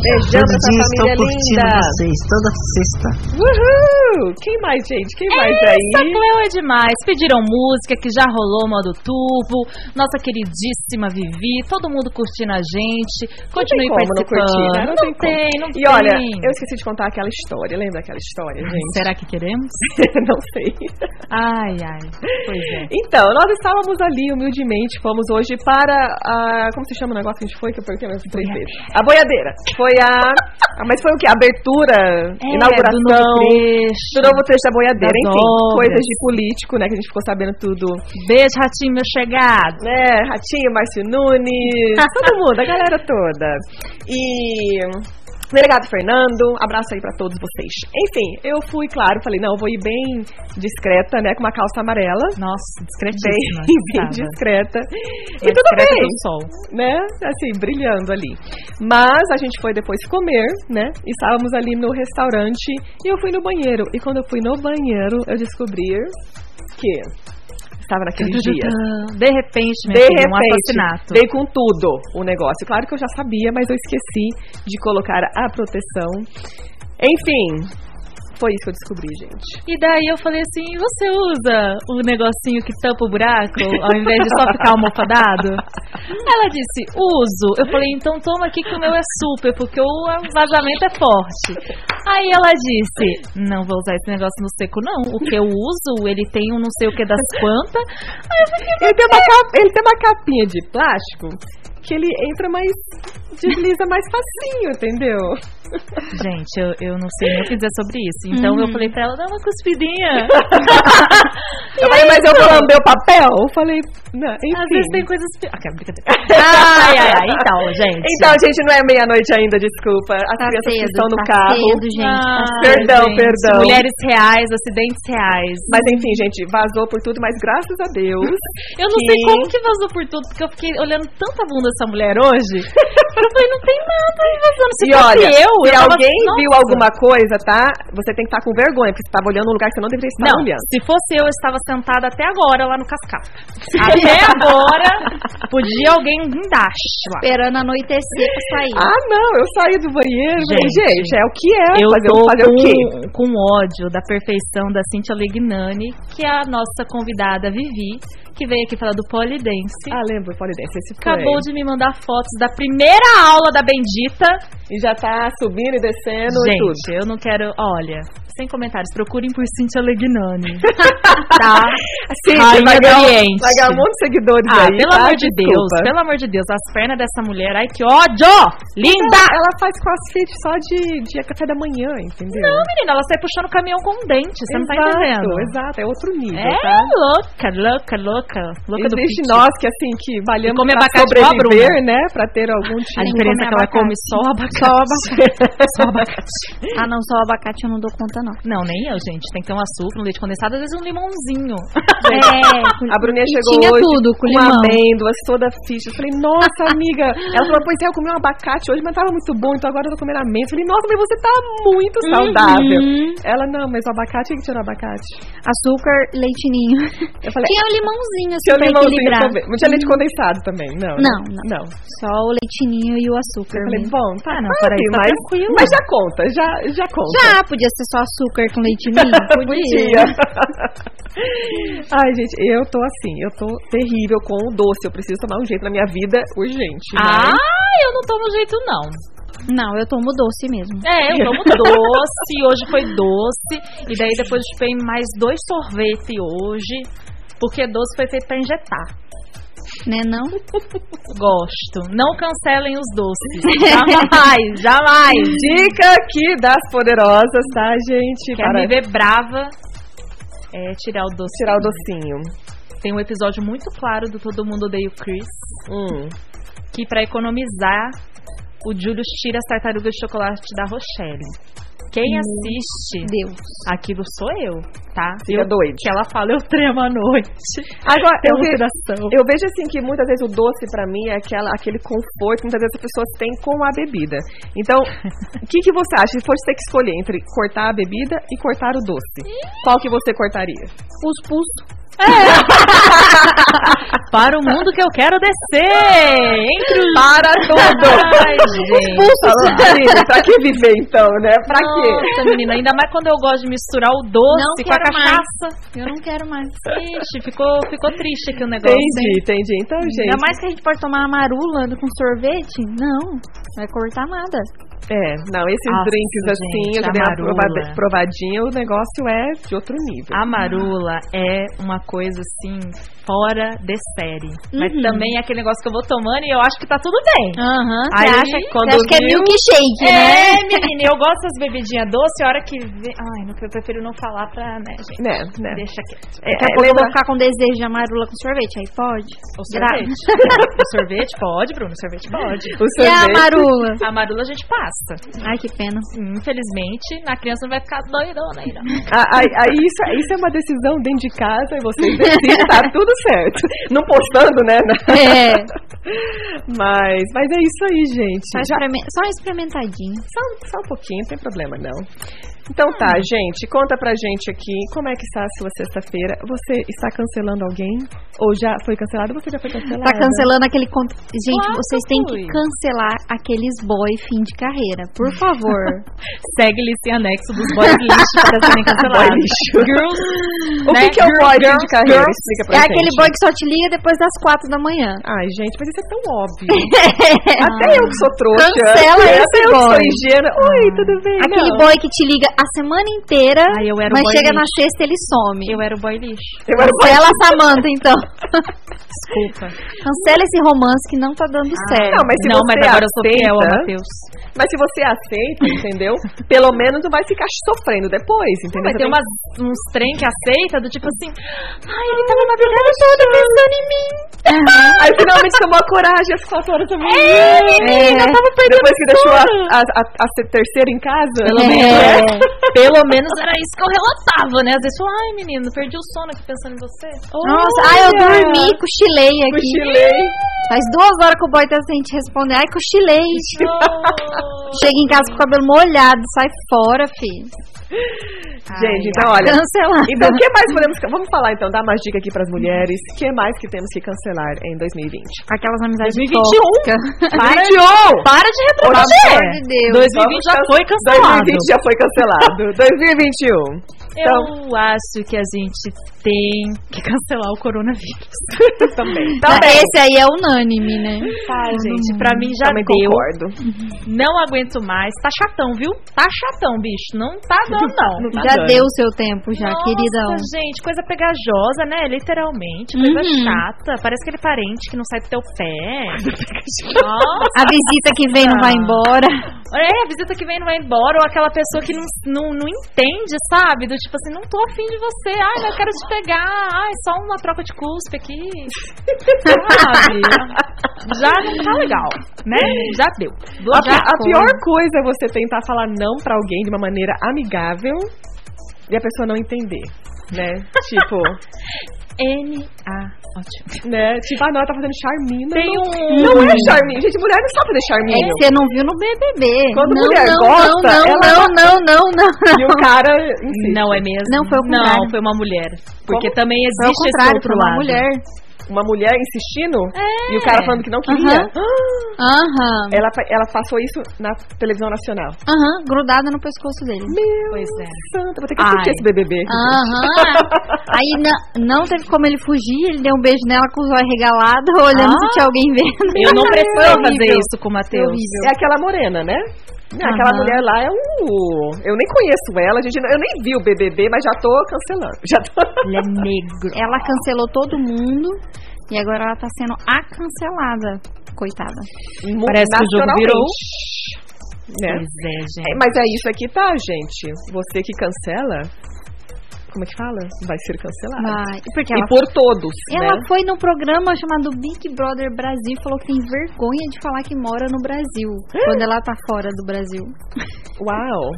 Beijão Todo pra sua dia estou família curtindo linda. vocês, toda sexta. Uhul! Quem mais, gente? Quem mais Essa aí? Cleo é demais. Pediram música que já rolou modo turbo. Nossa queridíssima Vivi, todo mundo curtindo a gente. tem Continue como não curtir, né? participando. Não tem como. tem, não E olha, tem. eu esqueci de contar aquela história. Lembra aquela história, gente? Será que queremos? Não sei. Ai, ai. Pois é. Então, nós estávamos ali, humildemente, fomos hoje para a... Como se chama o negócio que a gente foi? Que eu perguntei mais três vezes. A boiadeira. Foi a... a- Mas foi o quê? Abertura, É, inauguração... do novo trecho. do novo trecho da boiadeira, Das enfim, obras. coisas de político, né, que a gente ficou sabendo tudo, Beijo, ratinho, meu chegado. né, Ratinho, Márcio Nunes, todo mundo, a galera toda. E delegado Fernando, abraço aí pra todos vocês. Enfim, eu fui, claro, falei, não, eu vou ir bem discreta, né, com uma calça amarela, Nossa, bem, discretíssima. bem tava. discreta. E Mas tudo discreta bem, do sol. né? Assim, brilhando ali. Mas a gente foi depois comer, né? Estávamos ali no restaurante e eu fui no banheiro. E quando eu fui no banheiro, eu descobri que estava naquele dia. De repente, De meu filho, um repente, assassinato. veio com tudo o negócio. Claro que eu já sabia, mas eu esqueci de colocar a proteção. Enfim, foi isso que eu descobri, gente. E daí eu falei assim, você usa o negocinho que tampa o buraco, ao invés de só ficar almofadado? Ela disse, uso. Eu falei, então toma aqui que o meu é super, porque o vazamento é forte. Aí ela disse, não vou usar esse negócio no seco não, o que eu uso, ele tem um não sei o que das quantas. Aí eu fiquei, Ele tem, uma cap- ele tem uma capinha de plástico que ele entra mais. desliza mais facinho, entendeu? gente, eu, eu não sei nem o que dizer sobre isso. Então Hum. eu falei pra ela, dá uma cuspidinha. Eu falei, mas eu vou lamber o papel? Eu falei, não, enfim. Às vezes tem coisas... pi- Ah, que brincadeira. Ai, ai, ai, então, gente. Então, gente, não é meia-noite ainda, desculpa. As Tá crianças que cedo, estão no tá carro. cedo, gente. tá Ah, cedo. perdão, perdão. Mulheres reais, acidentes reais. Mas enfim, gente, vazou por tudo, mas graças a Deus. Eu não sei como que vazou por tudo, porque eu fiquei olhando tanta bunda dessa mulher hoje, Eu falei, não tem nada. aí, mas não, Se E fosse olha, eu, se eu tava- assim, alguém Nossa. viu alguma coisa, tá? Você tem que estar com vergonha, porque você tava olhando um lugar que você não deveria estar Não, olhando. se fosse eu, eu estava sentada até agora lá no cascata. Até agora, podia alguém guindaste lá. Esperando anoitecer pra sair. Ah, não, eu saí do banheiro, gente, Gente, gente é o que é, Eu fazer, tô fazer o quê? com, com ódio da perfeição da Cintia Legnani, que é a nossa convidada Vivi, que veio aqui falar do polidense. Ah, lembro, polidense, esse foi. Acabou de me mandar fotos da primeira aula da Bendita. E já tá subindo e descendo e tudo. Gente, eu não quero. Olha, sem comentários, procurem por Cintia Legnani. tá? Sim, Rainha vai do ganhar, Oriente. vai ganhar um monte de seguidores Ah, aí. pelo tá? amor de Deus, Desculpa. pelo amor de Deus, as pernas dessa mulher, ai que ódio! Linda! Ela, ela faz crossfit só de, de café da manhã, entendeu? Não, menina, ela sai puxando o caminhão com o dente, você não tá Exato, entendendo. Exato, é outro nível, É tá? louca, louca, louca, louca do Existe fit. nós que assim, que valhamos come pra abacate igual a sobreviver, né? Pra ter algum A tipo diferença é que ela abacate. come só abacate. Só abacate. Só abacate. Ah, não, só o abacate eu não dou conta, não. Não, nem eu, gente. Tem que ter um açúcar, um leite condensado, às vezes um limãozinho. Né? É, com- A Bruninha e chegou tinha hoje tudo, com uma limão. amêndoas, é toda ficha. Eu falei, nossa, amiga. Ela falou, pois é, eu comi um abacate hoje, mas tava muito bom, então agora eu tô comendo amêndoas. Eu falei, nossa, mas você tá muito saudável. Uhum. Ela, não, mas o abacate, quem que tirou o abacate? Açúcar, leitinho. Eu falei, tinha o limãozinho, assim, Seu pra limãozinho equilibrar. também. Não tinha leite condensado também, Uhum. não. né? Não, não. Não. Só o leitinho e o açúcar. Eu falei, mesmo. bom, tá, não, peraí, tá mas, tranquilo. mas já conta, já, já conta. Já, podia ser só açúcar com leite ninho? Podia. Ai, gente, eu tô assim, eu tô terrível com o doce. Eu preciso tomar um jeito na minha vida urgente. Ah, mas- eu não tomo jeito, não. Não, eu tomo doce mesmo. É, eu tomo doce, hoje foi doce, e daí depois eu chupei mais dois sorvetes hoje, porque doce foi feito pra injetar. Né, não? Gosto. Não cancelem os doces. Jamais, jamais. Dica aqui das poderosas, tá, gente? Quer me ver brava? É tirar o doce. tirar o docinho. Tem um episódio muito claro do Todo Mundo Odeia o Chris, Hum. que pra economizar, o Julius tira as tartarugas de chocolate da Rochelle. Quem assiste Deus. aquilo sou eu, tá? Fica eu, doido. Que ela fala, eu tremo à noite. Então, Agora, Tem eu, ve- alucinação. eu vejo assim que muitas vezes o doce pra mim é aquela, aquele conforto que muitas vezes as pessoas têm com a bebida. Então, o que, que você acha? Se fosse ter que escolher entre cortar a bebida e cortar o doce, qual que você cortaria? Os pulsos. Para o mundo que eu quero descer! Entre os... Para tudo! Ai, gente. Falando, querida, pra que viver então, né? Pra tá quê? Nossa, menina, ainda mais quando eu gosto de misturar o doce Não com a quero mais. cachaça. Eu não quero mais. Ixi, ficou, ficou triste aqui o negócio. Entendi, hein? entendi. Então, gente. Ainda mais que a gente pode tomar a marula com sorvete? Não, vai cortar nada. É, não, esses Nossa, drinks assim, gente, eu já dei uma amarula. prova- provadinha, o negócio é de outro nível. A marula é uma coisa assim, fora de série. Mas Uhum. também é aquele negócio que eu vou tomando e eu acho que tá tudo bem. Aham. Aí, Você acha, você quando acha que é viu- milkshake, É, né? menina, eu gosto das bebidinhas doces, a hora que vê. Ai, não, eu prefiro não falar pra, né, gente? Né, né. Deixa quieto. É, é, Daqui a pouco Então, eu vou lembra- ficar com desejo de amarula com sorvete, aí pode? O Gra- sorvete. o sorvete pode, Bruno, o sorvete pode. O E a sorvete- marula? A marula a gente passa. Ai, que pena. Infelizmente, na criança não vai ficar doidona aí, não. a- a- a- isso, isso é uma decisão dentro de casa e vocês decidem, tá tudo certo. Não postando, né? É. Mas, mas é isso aí, gente. Só, Já- experime- só um experimentadinho. Só, só um pouquinho, não tem problema não. Então tá, gente, conta pra gente aqui como é que está a sua sexta-feira. Você está cancelando alguém? Ou já foi cancelado? Você já foi cancelado? Tá cancelando aquele. cont- Gente, Claro que vocês têm que fui. cancelar aqueles boy fim de carreira, por favor. Segue lista em anexo dos boys lixo para serem Boy cancelados. lixo. Girls. O que, né? que é o Girls, boy girls, de carreira? girls. Explica pra é gente. aquele boy que só te liga depois das quatro da manhã. Ai, gente, mas isso é tão óbvio. Até eu que sou trouxa. Cancela Até esse eu que boy. sou ingênua. Oi, Ah. tudo bem? Aquele Não. boy que te liga a semana inteira, Ai, eu era o mas boy chega na lixo. sexta ele some. Eu era o boy lixo. Eu era o boy- Cancela a Samanta, então. Desculpa. Cancela esse romance que não tá dando certo. É. Não, mas se não, você mas agora eu sou aceita, fiel ao Matheus. mas se você aceita, entendeu? Pelo menos não vai ficar sofrendo depois, entendeu? Mas Você tem tem umas, uns trem que aceita do tipo assim. Ai, ele tava a madrugada toda pensando em mim. Aí finalmente tomou a coragem às quatro horas da manhã. É, menina, eu tava perdendo Depois que deixou a, tudo. a, a, a ser terceira em casa. Pelo, É. menos, né? Pelo menos era isso que eu relatava, né? Às vezes eu, ai, menino, perdi o sono aqui pensando em você. Nossa, ai, eu dormi, cochilei aqui. Cochilei. Faz duas horas que o boy tá sem te responder. Ai, cochilei. Oh. Chega em casa com o cabelo molhado, sai fora, filho. Gente, então olha. Cancelado. Então, o que mais podemos. Vamos falar então, dar mais dica aqui pras mulheres. O que mais que temos que cancelar em 2020? Aquelas amizades 2021. tóxicas. Para, oh! para de Pelo retroceder. amor de Deus. 2020 já Vamos can- foi cancelado. 2020 já foi cancelado. 2021. Eu Então, acho que a gente tem que cancelar o coronavírus. Também. Não, Esse aí é unânime, né? Tá, gente, pra mim já Também deu. concordo. Não aguento mais. Tá chatão, viu? Tá chatão, bicho. Não tá dando, não. Não tá Já dando. deu o seu tempo, já, Nossa, queridão. gente, coisa pegajosa, né? Literalmente, coisa Uhum. chata. Parece aquele parente que não sai do teu pé. Nossa, A visita que vem não vai embora. é, a visita que vem não vai embora, ou aquela pessoa que não, não, não entende, sabe? Do tipo assim, não tô afim de você, ai, mas eu quero te pegar, ai, só uma troca de cuspe aqui. Sabe? Já não tá legal, né? Já deu. A, Já a foi. pior coisa é você tentar falar não pra alguém de uma maneira amigável e a pessoa não entender. Né? Tipo, N-A. Ótimo. né? Tipo, ah, não, ela tá fazendo charmina. Tem não, um. não é charminho. Gente, mulher não sabe fazer É que charminho. você não viu no BBB. Quando não, mulher não, gosta, não, ela- não, é não, não, não, não. E o cara. Enfim, Não é mesmo? Não, foi o contrário. Não, foi uma mulher. Porque também Foi ao existe esse contrário, outro foi uma lado. mulher. uma mulher insistindo É. e o cara falando que não queria. Aham. Aham, Ela, ela passou isso na televisão nacional. aham, grudada no pescoço dele. Meu Pois é. santo, vou ter que Ai. Ah, assistir esse BBB. Aham. Aí na- não, teve como ele fugir, ele deu um beijo nela com os olhos regalados, olhando Ah. se tinha alguém vendo. Eu não Foi precisava É fazer horrível. isso com o Matheus. horrível. É aquela morena, né? Não, Aquela Aham. mulher lá é um. Eu nem conheço ela, gente. Eu nem vi o BBB, mas já tô cancelando. Já tô. Ele é negro. Ela cancelou todo mundo e agora ela tá sendo a cancelada. Coitada. Parece que o jogo virou. Nacionalmente, Né? Pois é, É, gente. mas é isso aqui, tá, gente? Você que cancela. Como é que fala? Vai ser cancelado. Vai. Porque E ela, por todos, ela né? foi num programa chamado Big Brother Brasil e falou que tem vergonha de falar que mora no Brasil. Hum. Quando ela tá fora do Brasil. Uau!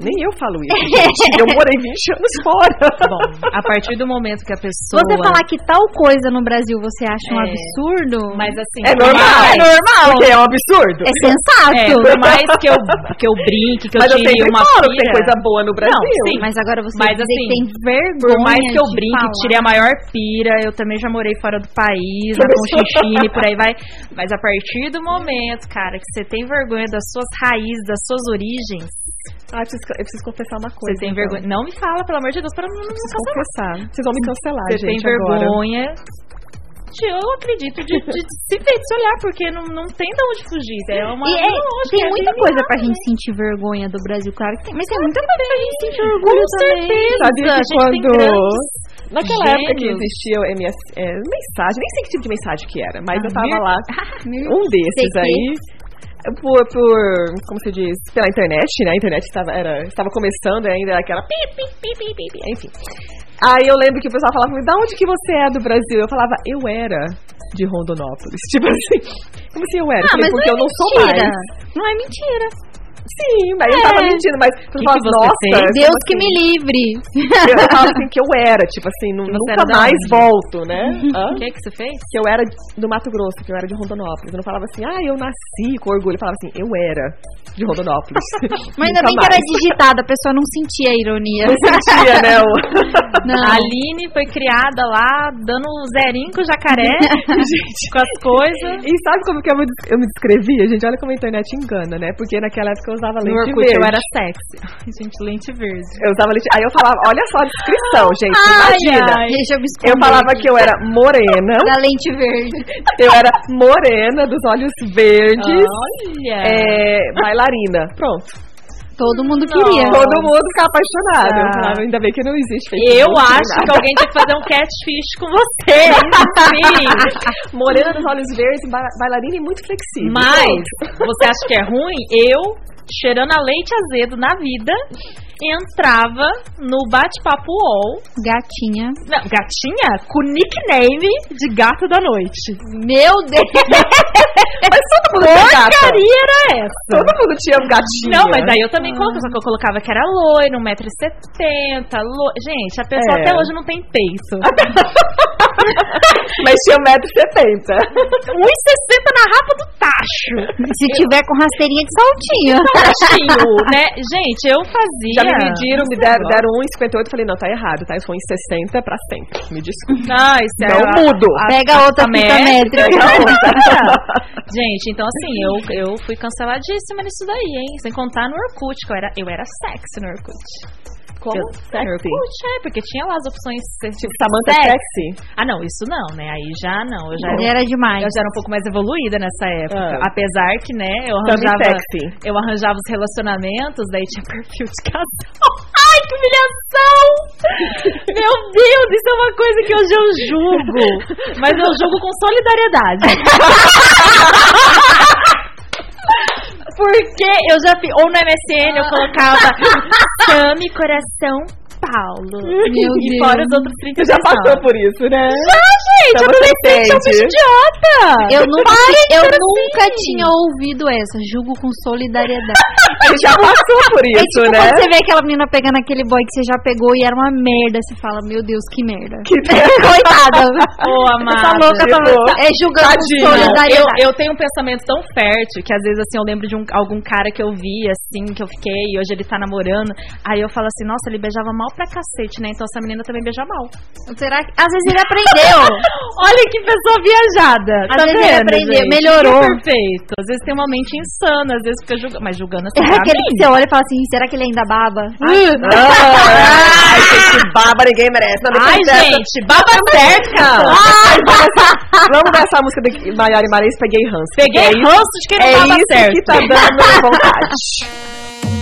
Nem eu falo isso, gente. Eu morei 20 anos fora. Bom, a partir do momento que a pessoa. É. Você falar que tal coisa no Brasil você acha um É. absurdo? Mas assim. É normal, é Mas, normal. Porque é um absurdo. É sensato. é, por mais que eu, que eu brinque, que eu Mas eu tire sempre uma falo que tem pira. coisa boa no Brasil. sim, Mas agora você Mas, dizer assim, que tem vergonha Por mais que eu de brinque, falar. tirei a maior pira, eu também já morei fora do país, na Conchinchina e por aí vai. Mas a partir do momento, cara, que você tem vergonha das suas raízes, das suas origens, Ah, eu preciso, eu preciso confessar uma coisa. você tem então. vergonha. Não me fala, pelo amor de Deus, para não me Preciso cancelar. confessar. Vocês vão me cancelar, Você tem gente, agora. vergonha. de- Eu acredito de, de se ver, de se olhar, porque não, não tem de onde fugir. É uma. E é, lógica, tem é muita eliminado, coisa pra né? gente sentir vergonha do Brasil, claro que tem. Mas tem muita coisa pra gente sentir Com orgulho também. certeza. Sabe a que gente tem quando... grandes Naquela época que gênios. existia o MS, é, mensagem, nem sei que tipo de mensagem que era, mas Ah, eu tava meu- lá, um desses Sei que- aí, por, por, como se diz, pela internet, né, a internet estava, era, estava começando ainda, era aquela pi, pi, pi, pi, pi, pi, enfim. Aí eu lembro que o pessoal falava, da onde que você é do Brasil? Eu falava, eu era de Rondonópolis, tipo assim, como se eu era, Eu Ah, falei, mas porque não é eu não sou mentira. É. mais. Não é mentira. Tipo, Sim, mas eu tava mentindo, mas eu que falava, você nossa, fez? como Deus que assim? me livre. Eu falava assim que eu era, tipo assim, nu- Que você nunca era da mais onde? volto, né? Hã? O que é que você fez? Que eu era do Mato Grosso, que eu era de Rondonópolis. Eu não falava assim, ah, eu nasci com orgulho. Eu falava assim, eu era de Rondonópolis. Mas ainda Nunca bem que era mais. digitada, a pessoa não sentia a ironia. Tinha, né? o- Não. A Aline foi criada lá, dando um zerinho com o jacaré, com as coisas. E sabe como que eu me, eu me descrevia? Gente, olha como a internet engana, né? Porque naquela época eu usava No lente Orkut verde. eu era sexy. Ai, Gente, lente verde. Eu usava lente... Aí eu falava, olha só a descrição, gente, Ai, imagina. ai, deixa eu me esconder. Eu falava que eu era morena, Da lente verde. eu era morena, dos olhos verdes, Olha! é, bailarina. Pronto. Todo mundo Não. queria. Todo mundo fica apaixonado. Ah. Eu falava, ainda bem que não existe eu Facebook, acho nada. que alguém tinha que fazer um catfish com você. Sim. é Morena dos olhos verdes, ba- bailarina e muito flexível. Mas Pronto. você acha que é ruim? Eu, cheirando a leite azedo na vida, entrava no bate-papo UOL. Gatinha. Não, gatinha com nickname de gata da noite. Meu Deus. Mas todo mundo tinha gata. Porcaria era essa? Todo mundo tinha um gatinho. Não, mas aí eu também coloco, só que eu colocava que era loiro, 1,70m. Lo... Gente, a pessoa É. até hoje não tem peito. Mas tinha 1,70m. 1,60 na rapa do tacho. Se tiver com rasteirinha de saltinho. Tachinho, né? Gente, eu fazia. Já me mediram, me deram, deram 1,58. Falei, não, tá errado, tá? Eu sou 1,60 pra sempre. Me desculpa. Ai, um sério. Né? Não mudo. Pega outra fita métrica. Gente, então assim, eu, eu fui canceladíssima nisso daí, hein? Sem contar no Orkut, que eu era, eu era sexy no Orkut. Como eu, um No sexy? Orkut, é, porque tinha lá as opções. Tipo, Samantha sexy. Ah, não, isso não, né? Aí já não. Eu já era Era demais. Eu já era um pouco mais evoluída nessa época. Ah. Apesar que, né, eu Thumb arranjava, sexy. eu arranjava os relacionamentos, daí tinha perfil de casal. Ai, que humilhação! Meu Deus, isso é uma coisa que hoje eu julgo. Mas eu julgo com solidariedade. Porque eu já fiz. Ou no MSN eu colocava Tame Coração Paulo. Meu e Deus. fora os outros 30 Você já passou por isso, né? Gente, Então você adolescente é um entende. idiota! Eu nunca, eu ser nunca assim. tinha ouvido essa. Julgo com solidariedade. Ele já passou por É isso, tipo né? quando você vê aquela menina pegando aquele boy que você já pegou e era uma merda. Você fala, meu Deus, que merda. Que Coitada. Ô, amada. Tá louca, tá Tipo, louca. É julgando com tadinha. Não, eu, solidariedade. eu tenho um pensamento tão fértil que às vezes assim eu lembro de um, algum cara que eu vi, assim, que eu fiquei, e hoje ele tá namorando. Aí eu falo assim, nossa, ele beijava mal pra cacete, né? Então essa menina também beija mal. Será que... Às vezes ele aprendeu. Olha que pessoa viajada. Às tá vezes vendo, ele aprendeu, gente? melhorou. Que Perfeito. Às vezes tem uma mente insana, às vezes fica julgando. Mas julgando assim. É pra aquele mim. que você olha e fala assim, será que ele ainda baba? Ai, gente, que baba, ninguém merece. Não, me Ai, confessa. gente, baba cerca! Ai, vamos dançar- vamos dançar a música de Maiara e Maraís, peguei ranço. Peguei é isso, ranço de quem não é baba isso certo. que tá dando vontade.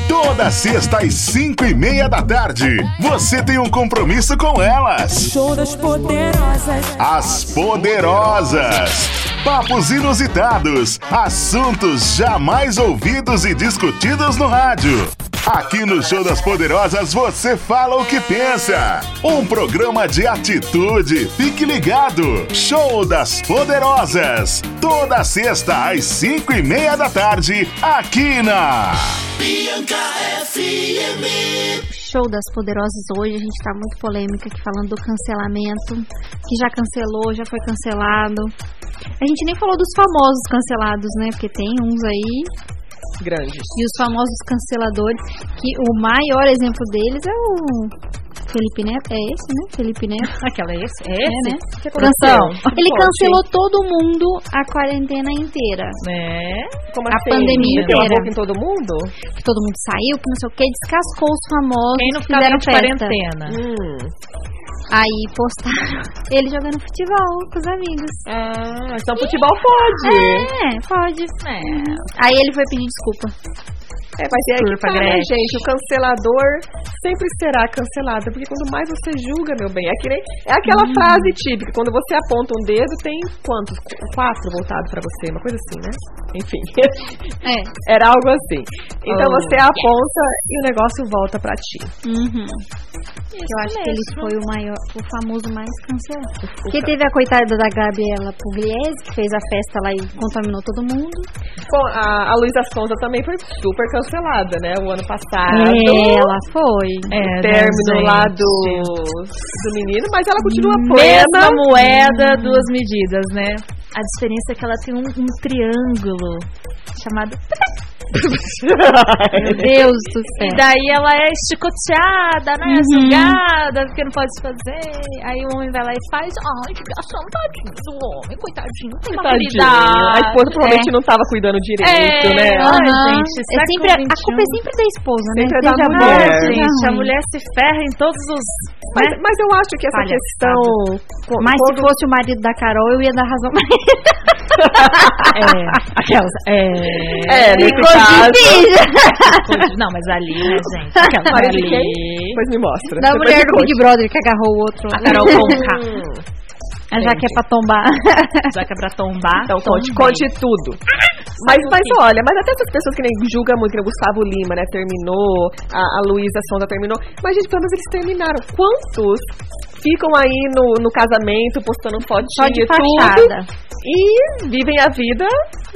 Toda sexta às cinco e meia da tarde, você tem um compromisso com elas. Show das poderosas. As Poderosas. Papos inusitados, assuntos jamais ouvidos e discutidos no rádio. Aqui no Show das Poderosas você fala o que pensa. Um programa de atitude. Fique ligado. Show das Poderosas. Toda sexta às cinco e meia da tarde, aqui na. Show das Poderosas hoje, a gente tá muito polêmica aqui falando do cancelamento, que já cancelou, já foi cancelado. A gente nem falou dos famosos cancelados, né? Porque tem uns aí Grandes. e os famosos canceladores, que o maior exemplo deles é o Felipe Neto, é esse, né? Felipe Neto. Aquela é esse? É É, esse? né? Que Cancelou. aconteceu? Ele Pode. cancelou todo mundo a quarentena inteira. É. Como assim? A pandemia Meteu a inteira. boca em todo mundo? Que todo mundo saiu, que não sei o que, descascou os famosos, Quem não ficava fizeram de festa. quarentena? Hum. Aí postaram ele jogando futebol com os amigos. Ah, então futebol pode. É, pode. É. Aí ele foi pedir desculpa. É, mas é que Surfa, tá, né, Gretchen. gente, o cancelador sempre será cancelado, porque quando mais você julga, meu bem, é, que nem- é aquela Uhum. frase típica, quando você aponta um dedo, tem quantos? Quatro voltados pra você, uma coisa assim, né? Enfim, É. era algo assim. Então Oh, você aponta e o negócio volta pra ti. Uhum. Eu acho que ele foi o maior, o famoso mais cancelado. Porque teve a coitada da Gabriela Pugliese, que fez a festa lá e contaminou todo mundo. Com a, a Luísa Sonza também foi super cancelada, né? O ano passado. Ela foi. É, né, Término lá gente? do, do menino, mas ela continua plena. Mesma moeda, duas medidas, né? A diferença é que ela tem um, um triângulo chamado. Meu Deus do E céu. daí ela é esticoteada, Uhum. né? Sugada, porque não pode fazer. Aí o homem vai lá e faz. Ai, que gação, tadinho do homem, coitadinho, tem uma Tadinho. A habilidade. esposa provavelmente não tava cuidando direito, É, né? Ai, Aham. gente, é século sempre, a culpa é 21. sempre da esposa, né? Sempre é da Seja mulher. boa, Ah, É. seja gente, a ruim. mulher se ferra em todos os. Mas, né? mas eu acho que essa Palhaçada. questão. co- Mas se quando- fosse o marido da Carol, eu ia dar razão pra ele. É, aquelas. É. É, nesse Ficou caso. difícil. Não, mas ali, né, gente? Aquelas Marido de ali. quem? Depois me mostra. Da Depois mulher me do conte. Big Brother que agarrou o outro. A Carol Conká. Hum, Ah, Já que é pra tombar. Já que é pra tombar. Então conte, tombe. conte tudo. Mas, mas pouquinho. olha, mas até essas pessoas que nem julgam muito, que nem o Gustavo Lima, né? Terminou, a, a Luísa Sonda terminou. Mas, gente, pelo menos eles terminaram. Quantos ficam aí no, no casamento, postando fotinho Só de e um tudo fachada. e vivem a vida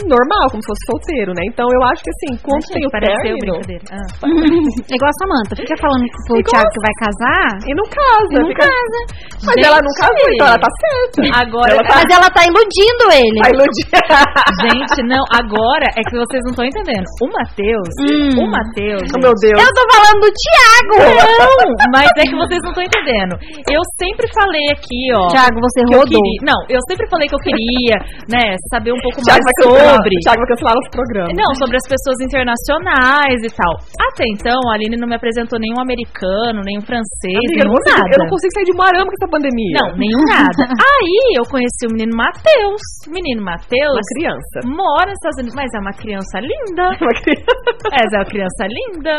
normal, como se fosse solteiro, né? Então eu acho que assim, quando tem o Pareceu término, brincadeira. Ah. É igual a Samanta, fica falando pro Igual Thiago a- que vai casar, e não casa. e não fica- casa. Mas ela não casou, então ela tá certa. Agora, Ela tá- Mas ela tá iludindo ele. Tá iludida. gente, não, agora é que vocês não estão entendendo. O Matheus, Hum. o Matheus, Oh, meu Deus. Eu tô falando do Thiago. Não, mas é que vocês não estão entendendo. Eu sempre falei aqui, ó. Thiago, você que eu rodou. queria- não, eu sempre falei que eu queria, né, saber um pouco Thiago mais vai cancelar, sobre. Thiago vai cancelar nosso programa. Não, sobre as pessoas internacionais e tal. Até então, a Aline não me apresentou nenhum americano, nenhum francês, Amiga, eu, não nenhum consigo, nada. eu não consigo sair de Moarama com essa pandemia. Não, nenhum nada. Aí eu conheci o menino Matheus. O menino Matheus Uma criança. mora nos Estados Unidos, mas é uma criança linda. Uma criança. Essa é uma criança linda.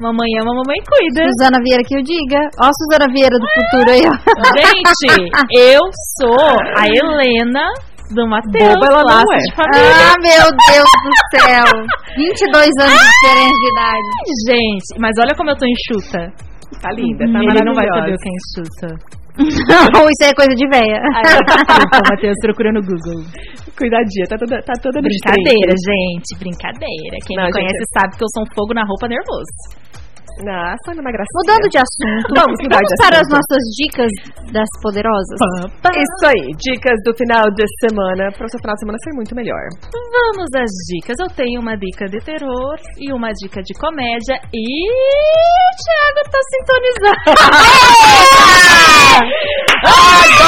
Mamãe ama, mamãe cuida. Suzana Vieira que eu diga. Ó, a Suzana Vieira do futuro aí, ó. Gente, eu sou a Helena do Matheus. Boba ela não laços é. de família. Ah, meu Deus do céu. 22 anos de diferença de idade. Gente, mas olha como eu tô enxuta. Tá linda, tá Ele não vai maravilhosa. saber o que é enxuta. Não, isso aí é coisa de véia. Ah, Desculpa, Matheus, procura no Google. Cuidadinha, tá toda, tá toda no Brincadeira, destrinho. gente, brincadeira. Quem Não, me gente, conhece sabe que eu sou um fogo na roupa nervoso. Nossa, olha uma gracinha. Mudando de assunto. Vamos mudar de para as assunto. nossas dicas das poderosas? Isso aí, dicas do final de semana, pra o seu final de semana ser muito melhor. Vamos às dicas. Eu tenho uma dica de terror e uma dica de comédia e o Thiago tá sintonizando.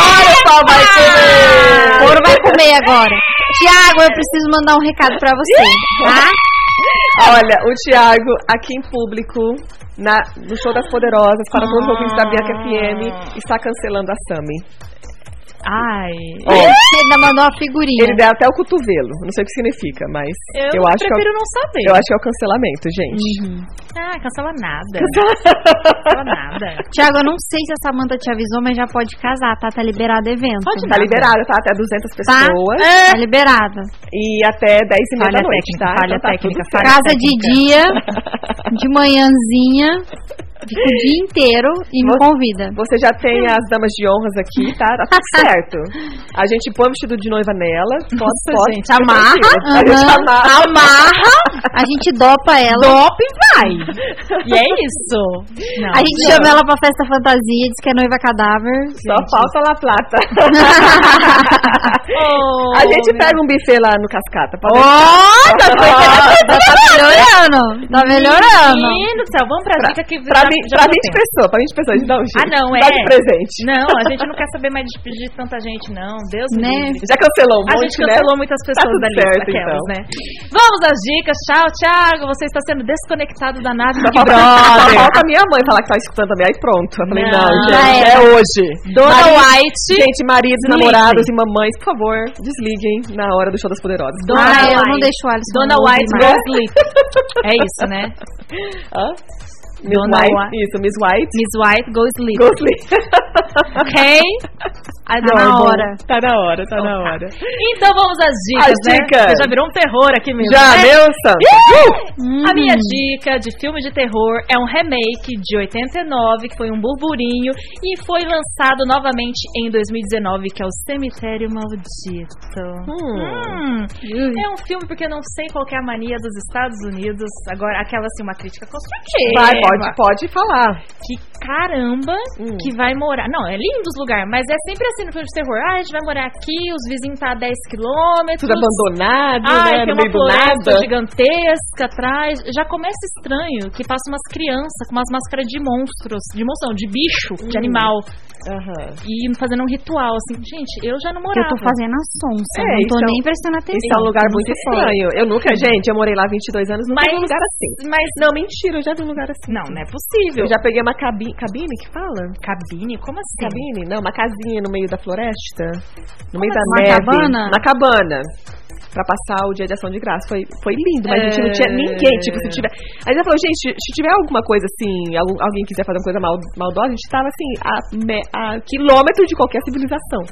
Agora o pau vai comer. O couro vai comer agora. Tiago, eu preciso mandar um recado pra você, tá? Olha, o Thiago aqui em público, na, no show das poderosas, para todos os ouvintes da Bianca Ah. FM, está cancelando a Sammy. Ai, Ele ainda mandou uma figurinha. Ele deu até o cotovelo, não sei o que significa, mas eu, eu, acho, que é, prefiro o- não saber. eu acho que é o cancelamento, gente. Uhum. Ah, cancela nada. Cancela nada. Tiago, eu não sei se a Samanta te avisou, mas já pode casar, tá? Tá liberado o evento. Pode Ah. Tá liberado, tá? Até 200 Tá? pessoas Tá liberado. e até 10 e meia da Falha noite, técnica, tá? falha Então tá tudo técnica, certo. falha Casa de é dia, de manhãzinha, fica o dia inteiro e me Você- convida. Você já tem as damas de honras aqui, tá? Tá tudo certo. A gente põe o vestido de noiva nela. Pode, pode. gente, fica amarra, tranquila. A gente aham, amarra. Amarra, a gente dopa ela. Top vai. E é isso. Não, A gente chama ela pra festa fantasia, diz que é noiva cadáver. Só falta lá plata. Oh, a gente meu- pega um buffet lá no Cascata. Pode Ó, tá melhorando. Tá melhorando. Menino do céu, vamos pra, dica que pra, já- mim- já pra deu 20 tempo. pessoas, pra 20 pessoas, a gente dá um jeito. Ah, não, Dá é. de presente. Não, a gente não quer saber mais de, de tanta gente, não. Deus me Né? livre. Já cancelou um A monte, gente cancelou né? muitas Tá pessoas tudo da lista, certo, aquelas, então. né? Vamos às dicas. Tchau, Thiago. Você está sendo desconectado da nave do Só falta- Big Só Brother. falta a minha mãe falar que tá escutando também. Aí pronto. Eu falei, não, Não, gente, é é. hoje. Dona Mari- White. Gente, maridos, Desliguem. namorados e mamães, por favor, desliguem na hora do show das poderosas. Dona Ah, eu White. não deixo o Alisson Dona ouvir White mais. Go Sleep. É isso, né? Hã? Miss Dona White. White. Isso, Miss White. Miss White Go Sleep. Gosling. Ok? Tá na hora. Tá na hora, tá na hora. Então vamos às dicas, As né? dicas. Você já virou um terror aqui mesmo. Já, né? meu Hum. santo. A minha dica de filme de terror é um remake de 89, que foi um burburinho e foi lançado novamente em 2019, que é o Cemitério Maldito. Hum. É um filme porque eu não sei qual que é a mania dos Estados Unidos. Agora, aquela assim, uma crítica construtiva. Vai, pode, pode falar. Que caramba Hum. que vai morar. Não, é lindo os lugares, mas é sempre assim no filme de terror. Ah, a gente vai morar aqui, os vizinhos tá a 10 quilômetros. Tudo abandonado, Ai, né? tem No uma meio do floresta nada. gigantesca atrás. Já começa estranho que passa umas crianças com umas máscaras de monstros, de monstro, não, de bicho, de animal. Hum. Aham. E fazendo um ritual, assim. Gente, eu já não Eu morava. tô fazendo a sonsa, É, não tô isso é um- nem prestando atenção. Isso é um lugar Não muito sei. estranho. Eu nunca, gente, eu morei lá 22 anos, nunca vi um lugar assim. Mas Não, mentira, eu já vi um lugar assim. não, não é possível. Eu já peguei uma cabine, cabine que fala? Cabine? Como assim? Cabine? Não, uma casinha no meio da floresta. No meio da assim? Uma neve. cabana? Na cabana. Pra passar o dia de ação de graça. Foi, foi lindo, mas a gente não tinha É. ninguém. Tipo, se tiver. Aí ela falou, gente, se tiver alguma coisa assim, algum- alguém quiser fazer uma coisa mal, maldosa, a gente tava assim, a, me- a quilômetro de qualquer civilização.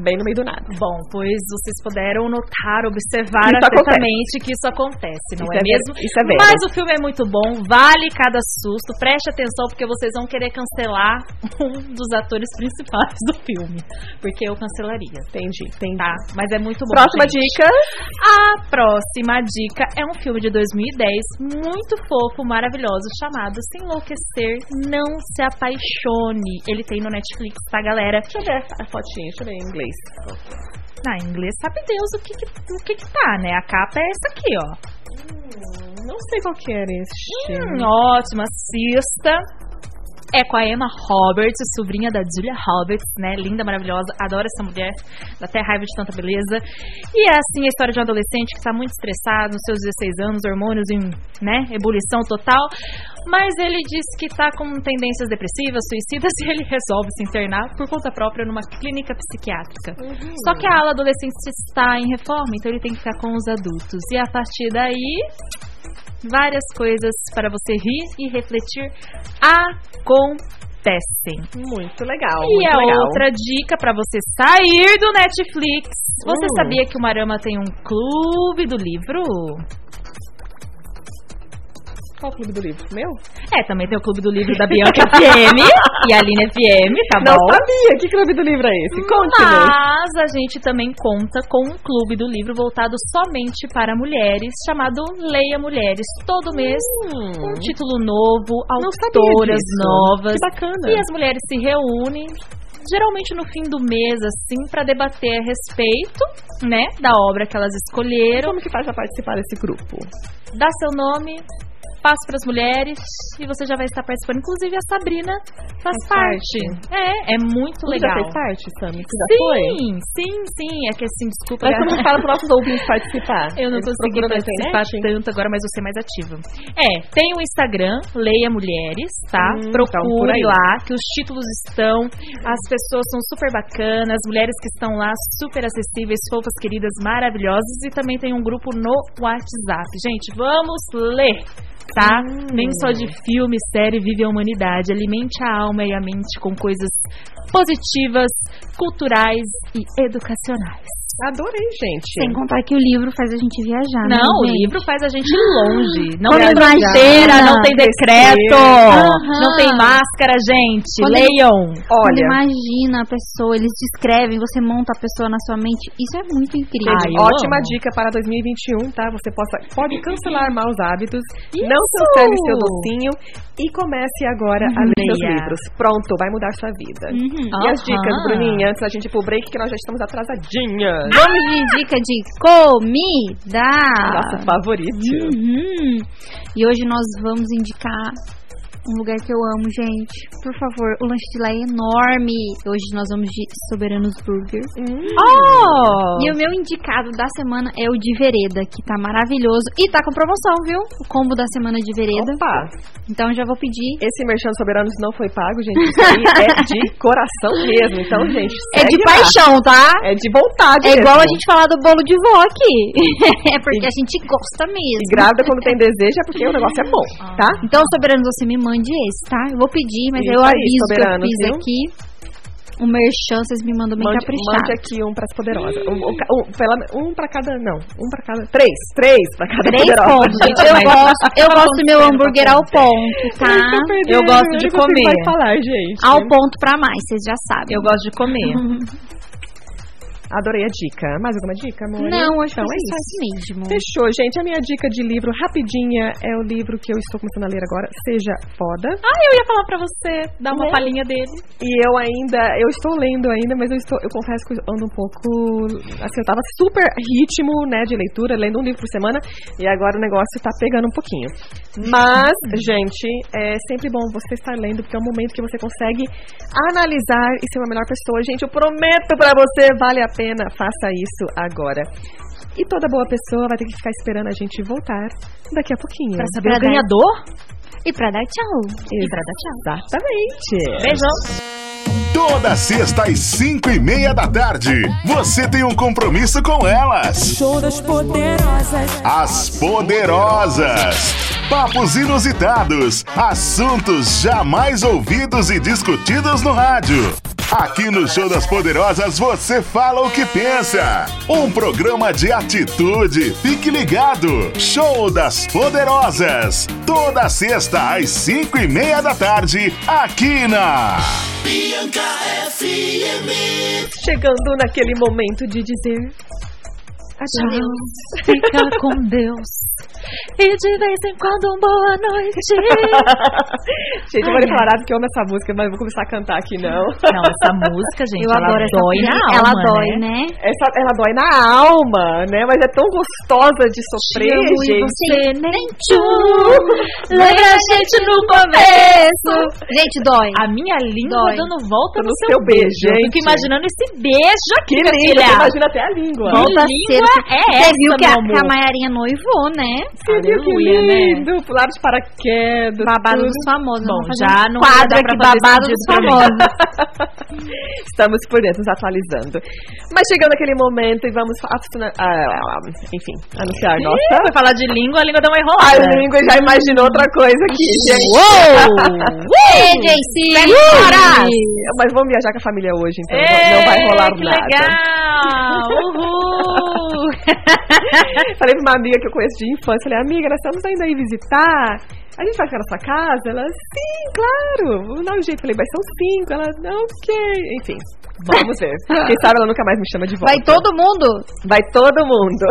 Bem no meio do nada. Bom, pois vocês puderam notar, observar Isso acontece. atentamente que isso acontece, não Isso é é, ver- mesmo? isso é verdade. Mas o filme é muito bom, vale cada susto. Preste atenção porque vocês vão querer cancelar um dos atores principais do filme, porque eu cancelaria, Entendi, entendi. tá? Mas é muito bom. Próxima gente. dica. A próxima dica é um filme de 2010 muito fofo, maravilhoso, chamado Se Enlouquecer, Não Se Apaixone. Ele tem no Netflix, tá, galera? Deixa eu ver a fotinha, deixa eu ver em inglês. Na inglês, sabe Deus o que que, o que que tá, né? A capa é essa aqui, ó. Não sei qual que era este. Hum, ótimo, assista. É com a Emma Roberts, sobrinha da Julia Roberts, né? Linda, maravilhosa, adoro essa mulher, dá até raiva de tanta beleza. E é assim a história de um adolescente que tá muito estressado, nos seus 16 anos, hormônios em, né, ebulição total. Mas ele diz que tá com tendências depressivas, suicidas, e ele resolve se internar por conta própria numa clínica psiquiátrica. Uhum. Só que a ala adolescente está em reforma, então ele tem que ficar com os adultos. E a partir daí, várias coisas para você rir e refletir acontecem. Muito legal. E muito a legal. outra dica para você sair do Netflix. Você Uh. sabia que o Marama tem um clube do livro? Qual o clube do livro? Meu? É, também tem o clube do livro da Bianca FM e a Aline FM, tá Não bom? tá. sabia. Que clube do livro é esse? Conte, né? Mas a gente também conta com um clube do livro voltado somente para mulheres, chamado Leia Mulheres. Todo mês, um título novo, Hum. Não sabia autoras disso. novas. Que bacana. E as mulheres se reúnem, geralmente no fim do mês, assim, para debater a respeito, né, da obra que elas escolheram. Como que faz pra participar desse grupo? Dá seu nome. Passa para as mulheres e você já vai estar participando. Inclusive, a Sabrina faz, Faz parte. parte. É, é muito Você Já legal. fez parte, Sammy? Você já foi? Sim, sim, sim. É que assim, desculpa. Mas como galera. que fala pros nossos ouvintes participar? Eu não Eles consegui procuram na participar internet? tanto agora, mas vou ser mais ativa. É, tem o Instagram, Leia Mulheres, tá? Hum, então, por Procure aí. lá, que os títulos estão, as pessoas são super bacanas, as mulheres que estão lá super acessíveis, fofas, queridas, maravilhosas. E também tem um grupo no WhatsApp. Gente, vamos ler! Tá? Hum. Nem só de filme, série, vive a humanidade. Alimente a alma e a mente com coisas positivas, culturais e educacionais. Adorei, gente. Sem contar que o livro faz a gente viajar. né, Ah, Não, o gente? livro faz a gente ir longe. Não Quando é tem imagina. rasteira, não tem decreto, Aham. não tem máscara, gente. Quando- Leiam. Quando Olha, imagina a pessoa, eles descrevem, você monta a pessoa na sua mente. Isso é muito incrível. Ai, eu ótima amo. dica para 2021, tá? Você possa, pode cancelar maus hábitos, não cancele seu docinho e comece agora a ler seus Leia. livros. Pronto, vai mudar sua vida. Uhum. E as dicas, Uhum. Aham. Bruninha, antes da gente ir pro break, que nós já estamos atrasadinhas. Vamos de dica de Ah. comida. Nosso favorito. Uhum. E hoje nós vamos indicar um lugar que eu amo, gente. Por favor, o lanche de lá é enorme. Hoje nós vamos de Soberanos Burger. Uhum. Oh! E o meu indicado da semana é o de Vereda, que tá maravilhoso e tá com promoção, viu? O combo da semana de Vereda. Opa, Então já vou pedir. esse merchan soberanos não foi pago, gente. Isso aí é de coração mesmo. Então, gente, É segue de lá. paixão, tá? É de vontade É igual a mesmo. gente falar do bolo de vó aqui. É porque a gente gosta mesmo. E grávida quando tem desejo é porque o negócio é bom, tá? Então, Soberanos, você me mande esse, tá? Eu vou pedir, mas Isso eu aí, aviso que eu Soberanos, fiz viu? aqui. O merchan, vocês me mandam bem Mande, mande caprichado. aqui um pras poderosas. Um, um, ca- um, pela, um pra cada. Não, um pra cada. Três. Três pra cada Três poderosa. pontos, gente. Eu gosto, eu gosto do meu hambúrguer ao ponto, tá? Eu gosto de comer. Vai falar, gente. Ao ponto pra mais, vocês já sabem. Eu gosto de comer. Adorei a dica. Mais alguma dica, amor? Não, hoje então é foi só isso. isso mesmo. Fechou, gente. A minha dica de livro rapidinha é o livro que eu estou começando a ler agora, Seja Foda. Ah, eu ia falar pra você, dar Né? uma palhinha dele. E eu ainda, eu estou lendo ainda, mas eu estou, eu confesso que eu ando um pouco, assim, eu tava super ritmo, né, de leitura, lendo um livro por semana, e agora o negócio tá pegando um pouquinho. Mas, gente, é sempre bom você estar lendo, porque é um momento que você consegue analisar e ser uma melhor pessoa. Gente, eu prometo pra você, vale a pena, faça isso agora. E toda boa pessoa vai ter que ficar esperando a gente voltar daqui a pouquinho. Pra saber pra o dar- ganhador. E pra dar tchau. Exatamente. Beijão. Toda sexta às 5 e meia da tarde, você tem um compromisso com elas. Show das poderosas. As Poderosas. Papos inusitados, assuntos jamais ouvidos e discutidos no rádio. Aqui no Show das Poderosas você fala o que pensa. Um programa de atitude. Fique ligado. Show das Poderosas. Toda sexta às cinco e meia da tarde, aqui na. Chegando naquele momento de dizer Tchau, fica com Deus. E de vez em quando, uma boa noite. Gente, eu vou Ai, declarar que eu amo essa música, mas não vou começar a cantar aqui, não. Não, essa música, gente, Eu ela adoro essa dói na música. alma, Ela dói, né? né? Essa, ela dói na alma, né? Mas é tão gostosa de sofrer, Te amo e gente. você nem Tchu, lembra a gente no começo. Gente, dói. A minha língua Dói. dando volta no, No seu seu beijo, Eu fico gente. imaginando esse beijo aqui, Que minha lindo, filha. você imagina até a língua. Bom, Volta língua cedo. é Você essa, viu que a, meu que a amor. Maiarinha noivou, né? Você viu que Aleluia, né? É, lindo, pular de paraquedas. Babado tudo. dos famosos. Bom, Vamos fazer já um não vai quadro dar pra aqui, fazer babado escondido dos pra mim. famosos. Estamos por dentro, nos atualizando. Mas chegando aquele momento e vamos. fa- ah, enfim, anunciar a nossa. Vai falar de língua, a língua dá uma Ai, enrolada. o Domingo já imaginou outra coisa aqui, gente. Ei, JC! Bora! Mas vamos viajar com a família hoje, então. não- não vai rolar que nada. legal! Uhul! Falei pra uma amiga que eu conheço de infância, falei, amiga, nós estamos ainda aí visitar. A gente vai ficar na sua casa? Ela, sim, claro. Vamos dar um jeito. Falei, mas são cinco. Ela, não, ok. Enfim, vamos ver. Quem sabe ela nunca mais me chama de volta. Vai todo mundo? Vai todo mundo.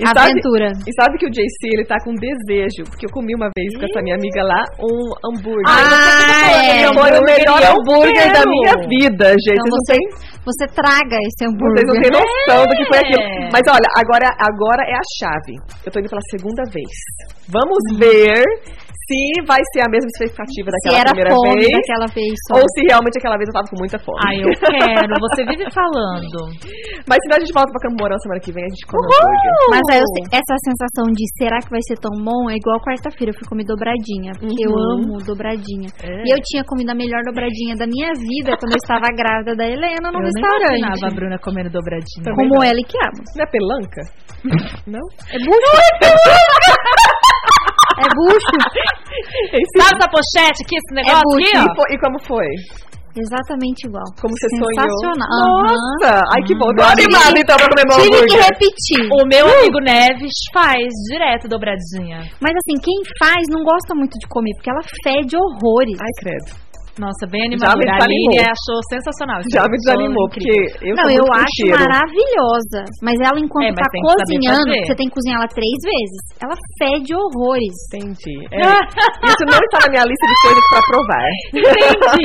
E sabe- Aventura. e sabe que o JC, ele tá com desejo, porque eu comi uma vez com essa minha amiga lá um hambúrguer. Ah, é. Foi o melhor Eu hambúrguer da quero. minha vida, gente. Então vocês, você, não você traga esse têm, vocês hambúrguer. não têm noção do que foi É. aquilo. Mas olha, agora, agora é a chave. Eu tô indo pela segunda vez. Vamos ver se vai ser a mesma expectativa Se daquela era primeira fome vez. daquela vez só. Ou se realmente aquela vez eu tava com muita fome. Ai, eu quero. Você vive falando. Mas se não, a gente volta pra Campo Mourão semana que vem, a gente come hambúrguer. Mas aí eu sei- essa sensação de será que vai ser tão bom é igual quarta-feira, eu fui comer dobradinha, porque eu Uhum. É. amo dobradinha. E eu tinha comido a melhor dobradinha da minha vida quando eu estava grávida da Helena no eu nem imaginava a restaurante. Bruna comendo dobradinha. Como ela e que ama. Não é pelanca? não? É bucho. é bucho. Enfim. Sabe essa pochete aqui, esse negócio bucho. aqui, E, ó? fo- e como foi? Exatamente igual. Como você sonhou? Sensacional. Aham. Nossa! Ai, que bom. Tô Tive animada, que- então, pra comer meu Tive que hambúrguer. repetir. O meu Uh! amigo Neves faz direto dobradinha. Mas assim, quem faz não gosta muito de comer, porque ela fede horrores. Ai, credo. Nossa, bem animadora. me A desanimou. Aline achou sensacional. esse Já me negócio, desanimou, incrível. porque eu não, sou eu muito com acho cheiro. maravilhosa. Mas ela, enquanto É, mas tá tem que saber cozinhando, fazer. você tem que cozinhar ela três vezes. Ela fede horrores. Entendi. É. Isso não está na minha lista de coisas pra provar. Entendi,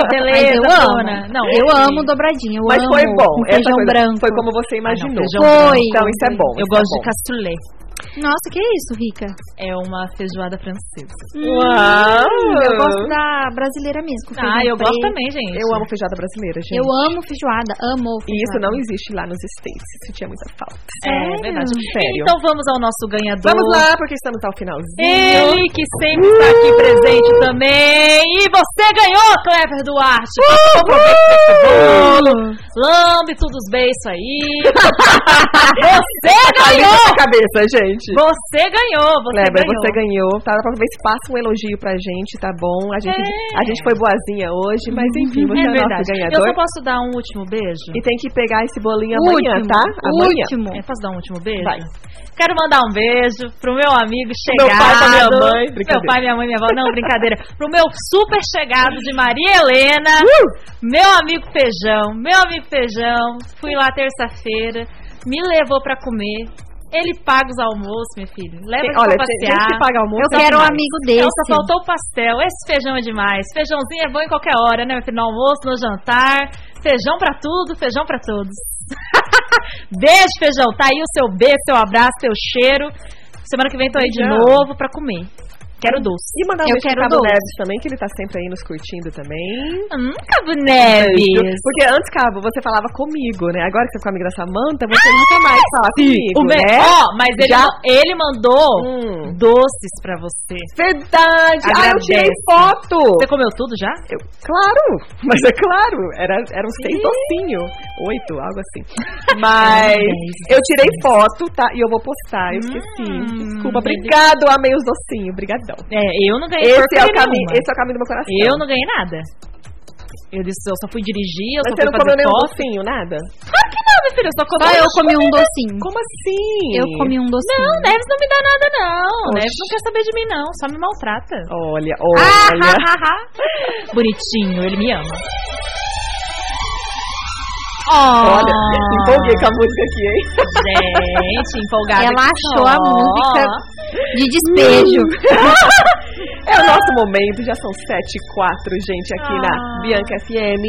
mas beleza, eu amo. dona. Não, eu entendi. amo dobradinha. é Eu assim. Mas amo foi bom. com Essa feijão coisa branco. Ah, Foi como você imaginou. feijão Foi. Então, isso é bom. Eu isso é gosto de cassoulet. Nossa, que isso, Rica? É uma feijoada francesa. Hum, Uau! eu gosto da brasileira mesmo. com Ah, feijão eu gosto preto. também, gente. Eu amo feijoada brasileira, gente. Eu amo feijoada, amo E feijoada. isso não existe lá nos States. Isso tinha muita falta. É verdade. Sério. Então vamos ao nosso ganhador. Vamos lá, Uh! porque estamos ao finalzinho. Ele que sempre está aqui presente também. E você ganhou, Clever Duarte. Passou pro bolo. tá Lambe todos os beijos aí. Você Ali ganhou. tá na cabeça, gente. Você ganhou. Você Kleber, ganhou. você ganhou. Tá, da próxima vez passa um elogio pra gente, tá bom? A gente, É. a gente foi boazinha hoje, mas enfim, você é, É o nosso verdade. Eu ganhador. só posso dar um último beijo? E tem que pegar esse bolinho amanhã, Último, tá? Amanhã. último. É, posso dar um último beijo? Vai. Quero mandar um beijo pro meu amigo Meu chegado. pai pra minha mãe, Meu brincadeira. pai, minha mãe, minha avó. Não, brincadeira. Pro meu super chegado de Maria Helena. Uh! Meu amigo Feijão. Meu amigo Feijão. Fui lá terça-feira. Me levou pra comer. Ele paga os almoços, meu filho. Leva Tem- ele pra olha, tem, tem passear. que pagar almoço. Eu tá quero um demais. amigo Então, desse. só faltou o pastel. Esse feijão é demais. Feijãozinho é bom em qualquer hora, né? meu filho? No almoço, no jantar. Feijão pra tudo, feijão pra todos. Beijo, feijão. Tá aí o seu beijo, seu abraço, seu cheiro. Semana que vem tô aí de Feijão. novo pra comer. Quero doce. E mandar um Eu beijo pro quero Cabo doce. Neves também, que ele tá sempre aí nos curtindo também. Hum, Cabo Neves. Porque antes, Cabo, você falava comigo, né? Agora que você ficou amiga da Samanta, você nunca mais fala comigo, O me- né? Ó, mas ele, Já- ma- ele mandou Hum. doces pra você. Verdade! Ah, eu tirei Agradece. foto! Você comeu tudo já? Eu- claro, mas é claro, era, eram seis docinhos, oito, algo assim. Mas eu tirei foto, tá? E eu vou postar, eu esqueci. Hum. Desculpa, obrigado, amei os docinhos, brigadão. É, eu não ganhei Esse é, o porcaria caminho, nenhuma. esse é o caminho do meu coração. Eu não ganhei nada. Eu disse, eu só fui dirigir, eu Mas só você fui não comeu fazer nenhum foto. docinho, nada? Claro que não, meu filho, eu só comi. Só eu comi um docinho. Como assim? Eu comi um docinho. Não, né? Neves não me dá nada, não. Oxi. Neves não quer saber de mim, não. Só me maltrata. Olha, Ah, olha. Bonitinho, ele me ama. Olha, empolguei com a música aqui, hein? Ah, Gente, empolgada. Ela que achou só. a música de despejo. É o nosso momento, já são 7 e 4, gente, aqui na Ah. Bianca FM.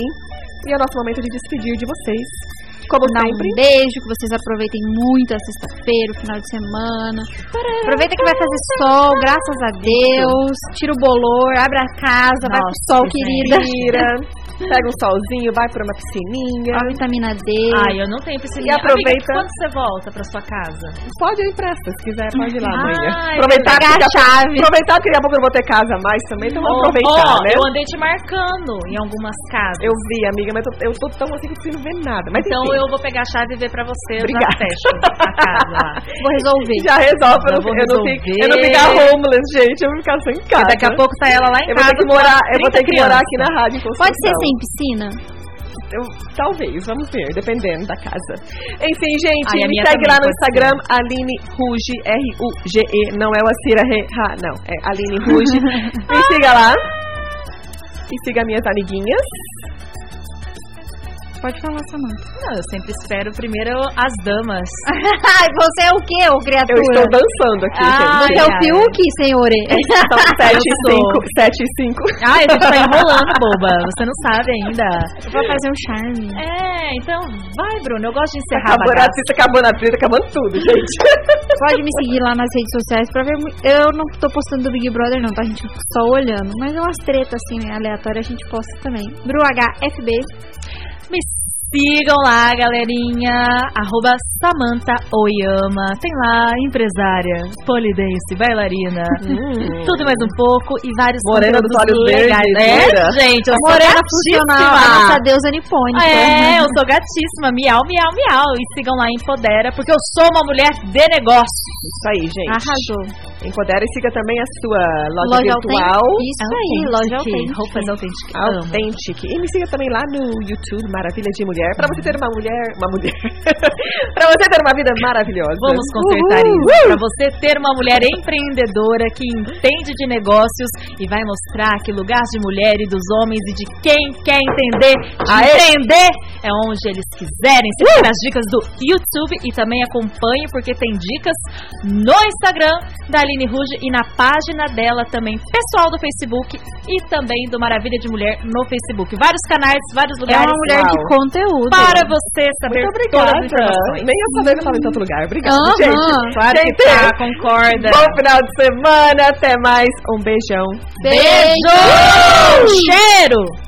E é o nosso momento de despedir de vocês. Como Dá um sempre. beijo, que vocês aproveitem muito a sexta-feira, o final de semana. Aproveita que vai fazer sol, graças a Deus. Tira o bolor, abre a casa, vai pro Nossa, sol, gente. querida. Tira, pega um solzinho, vai pra uma piscininha. A vitamina D. Ai, eu não tenho piscina. E aproveita- Amiga, quando você volta pra sua casa? Pode ir pra essa, se quiser, pode ir lá Ah, Ai, amanhã. eu Aproveitar vou pegar que a daqui chave. aproveitar que daqui a pouco eu não vou ter casa mais também, então vamos Ó, aproveitar, ó, né? Eu andei te marcando em algumas casas. Eu vi, amiga, mas eu tô, eu tô tão assim que eu não ver nada. Mas então enfim, eu vou pegar a chave e ver pra você Obrigada. na festa a casa lá. Vou resolver. já resolve, eu Já não, vou eu, não fico, resolver. eu não ficar homeless, gente. Eu vou ficar sem casa. Daqui a pouco tá ela lá em eu vou casa. ter que com morar, umas eu vou ter 30 que morar crianças. aqui na rádio em Pode ser Construção. sem piscina? Eu, talvez, vamos ver, dependendo da casa. Enfim, gente, Ai, me a minha segue também lá no pode ser. Instagram, Aline Ruge, R-U-G-E, não é o Acira Re, Ha, não, é Aline Ruge. me siga lá. E siga minhas amiguinhas. Pode falar, Samanta. Não, eu sempre espero primeiro as damas. Ai, você é o quê, ô Eu criatura? estou dançando aqui, Ai, gente. Você é o ai. Fiuk, senhore. São 7 e então 5. sou. 7 e 5. Ai, a gente tá enrolando, boba. Você não sabe ainda. Vou fazer um charme. É, então vai, Bruno. Eu gosto de encerrar a Acabou na bagaça. treta, acabou na treta, acabando tudo, gente. Pode me seguir lá nas redes sociais pra ver. mu- Eu não tô postando do Big Brother, não, tá? A gente fica só olhando. Mas é umas tretas assim, né? Aleatórias a gente posta também. BruHFB. Me sigam lá, galerinha. Arroba Samanta Oyama. Tem lá, empresária, polidense, bailarina. Tudo mais um pouco e vários Hum. Morena dos olhos conteúdos legais. verdes, loira. É, gente, eu sou Morena gatíssima. Funcional, a nossa deusa nipônica. né? É, eu sou gatíssima. Miau, miau, miau. E sigam lá, empodera, porque eu sou uma mulher de negócio. Isso aí, gente. Ah. Arrasou. Empodera e siga também a sua loja, Loja virtual. autêntica. Isso aí, loja autêntica. Roupas autênticas. Amo. Authentic. E me siga também lá no YouTube Maravilha de Mulher. Pra você ter uma mulher. Uma mulher. pra você ter uma vida maravilhosa. Vamos consertar Uhul. isso. Pra você ter uma mulher empreendedora que entende de negócios e vai mostrar que lugar de mulher e dos homens e de quem quer entender, de Aê! entender é onde eles quiserem. Siga as dicas do YouTube e também acompanhe porque tem dicas no Instagram da Aline Ruge e na página dela também pessoal do Facebook e também do Maravilha de Mulher no Facebook. Vários canais, vários É lugares uma mulher de conteúdo. para você saber Muito todas as obrigada. informações. Nem eu sabia que eu tava em tanto lugar. Obrigada, Aham. gente. Claro que gente, tá, concorda. Bom final de semana. Até mais. Um beijão. Beijo! Cheiro!